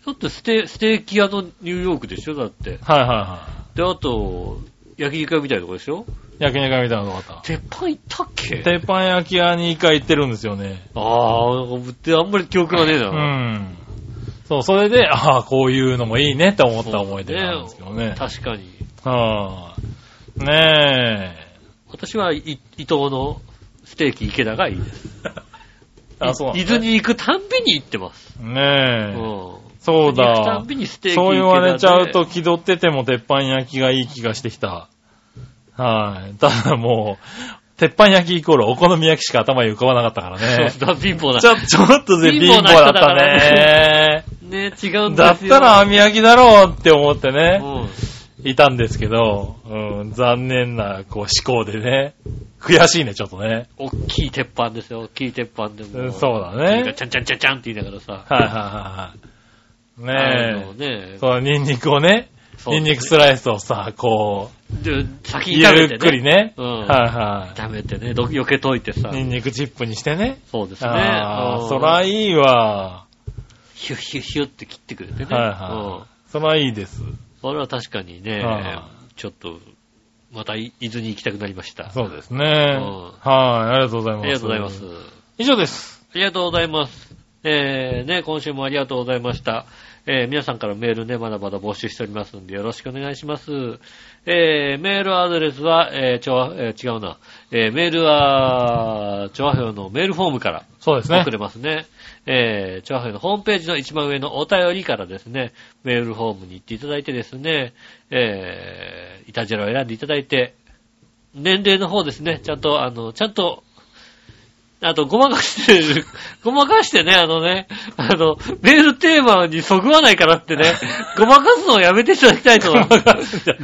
B: だってステステーキ屋のニューヨークでしょだって。
C: はいはいは
B: で、あと、焼肉屋みたいなとこでしょ
C: い。焼肉屋みたいなのがあった。
B: 鉄板行ったっけ
C: 鉄板焼き屋に一回行ってるんですよね。
B: あー、なんかであんまり記憶がねえ
C: う
B: な。
C: ん。そう、それで、ああ、こういうのもいいねって思った思い出なんですけどね。
B: 確かに。
C: はあ。ねえ。
B: 私はい伊藤のステーキ池田がいいです。
C: あ、そうなん
B: 伊
C: だ
B: 豆に行くたんびに行ってます。
C: ね
B: う
C: え。
B: ん。
C: そう
B: 伊豆に行くた
C: だ
B: ん。びにステーキ池田
C: そう
B: で
C: 言われちゃうと。気取ってても鉄板焼きがいい気がしてきた。はい。ただもう、鉄板焼きイコールお好み焼きしか頭に浮かばなかったからね
B: そ。うだ、貧乏だ
C: ち。ょ、ちょっとで
B: 貧
C: 貧
B: 乏
C: 乏
B: な人
C: だ
B: だか
C: った
B: ら
C: ね。
B: ね、違うん
C: だ
B: で
C: っ
B: すよ。
C: たら網焼きだろうって思って
B: う
C: ね、
B: ん。
C: いたんですけど、うん、残念な、こう、思考でね。悔しいね、ちょっとね。
B: 大きい鉄板ですよ、大きい鉄板で
C: う
B: も。
C: んそうだね。
B: ちゃんちゃんちゃんちゃんって言いながらさ。
C: はいはいはいはい。ねえ
B: あの。ね
C: そう、ニンニクをね、
B: そう
C: ニンニクスライスをさ、こ
B: で
C: う、
B: 先に食べてね。
C: ゆっくりね、
B: うん
C: はいは
B: 食べてね、ど避けといてさ
C: い。。ニンニクチップにしてね。
B: そうですね。
C: あ
B: う
C: あ、
B: ん
C: そらいいわ。
B: ヒュッヒュッヒュッって切ってくれてね。
C: はいはい
B: うん。
C: それはいいです。
B: それは確かにね
C: は、
B: ちょっと、また伊豆に行きたくなりました。
C: そうですね。
B: ん
C: はい、ありがとうございます。
B: ありがとうございます。。
C: 以上です。
B: ありがとうございます。えー、ね、今週もありがとうございました。えー、皆さんからメールね、まだまだ募集しておりますんで、よろしくお願いします。えー、メールアドレスは、えー、ちょわ、えー違うな。えー、メールは、ちょわひょうのメールフォームから
C: そうですね
B: 送。れますね。えー、チョアヘのホームページの一番上のお便りからですね、メールフォームに行っていただいてですね、えー、いたじらを選んでいただいて、年齢の方ですね、ちゃんと、あの、ちゃんと、あと、ごまかしてる、 <laughs> ごまかしてね、あのね、あの、メールテーマにそぐわないからって
C: <laughs>
B: ね、ごまかすのをやめていただきたいと思います。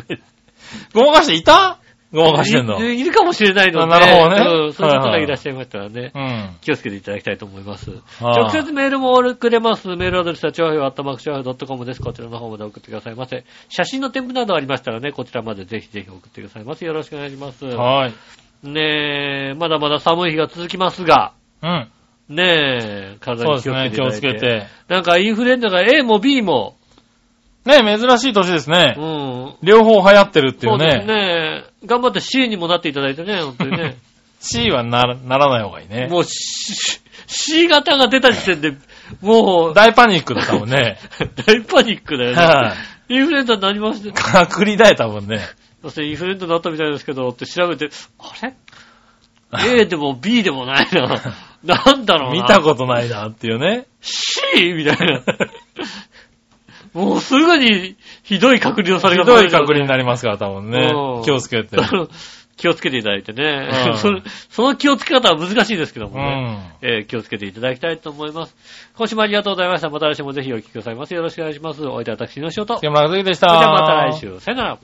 C: ごまかしていたごまかしてんの。
B: いいるかもしれないので、
C: あなるほどね
B: うんそういう方
C: はいは
B: が
C: い
B: いらっしゃいましたらね、
C: うん。
B: 気をつけていただきたいと思います。
C: あ
B: 直接メールもくれます。メールアドレスは、超平和アットマーク超平和 .com です。こちらの方まで送ってくださいませ。写真の添付などありましたらね、こちらまでぜひぜひ送ってくださいませ。よろしくお願いします。
C: はい。
B: ねえ、まだまだ寒い日が続きますが、
C: うん。
B: ねえ、体
C: そう
B: に
C: で
B: 気
C: す
B: をつけ
C: ね。
B: てい
C: 気
B: ただいて。
C: をつけ。て。
B: なんかインフルエンザが A も B も、
C: ね、珍しい年ですね
B: う。ん。
C: 両方流行ってるってい
B: そううです
C: ね。
B: ね。頑張って C にもなっていただいてね、本当にね。
C: C はならならない方がいい <laughs> ね。
B: もう C, C 型が出た時点で、もう、
C: 大パニックだ多分ね。
B: <laughs> 大パニックだよね。
C: はい。
B: インフルエンザになりました。
C: からくりだよ、多分ね。
B: そしてインフルエンザになったみたいですけど、って調べて、あ
C: <laughs>
B: れ ?A でも B でもないな。なんだろうな。
C: 見たことないなっていうね。
B: C? みたい
C: <laughs>
B: な。もうすぐにひどい隔離のされ
C: ひ
B: 方
C: ど
B: で
C: い
B: すよ
C: 確認になりますから、多分ね
B: うん。
C: 気をつ
B: <laughs>
C: けて。
B: あの気をつけていただいてね
C: う
B: <laughs>
C: ん。
B: そのその気をつけ方は難しいですけども
C: う
B: ね。
C: ん。
B: えー気をつけていただきたいと思います。今週もありがとうございました。また来週もぜひお聞きくださいませ。よろしくお願いします。お相手は私の仕事。それ
C: 山田和之でした。
B: ではまた来週。さよなら。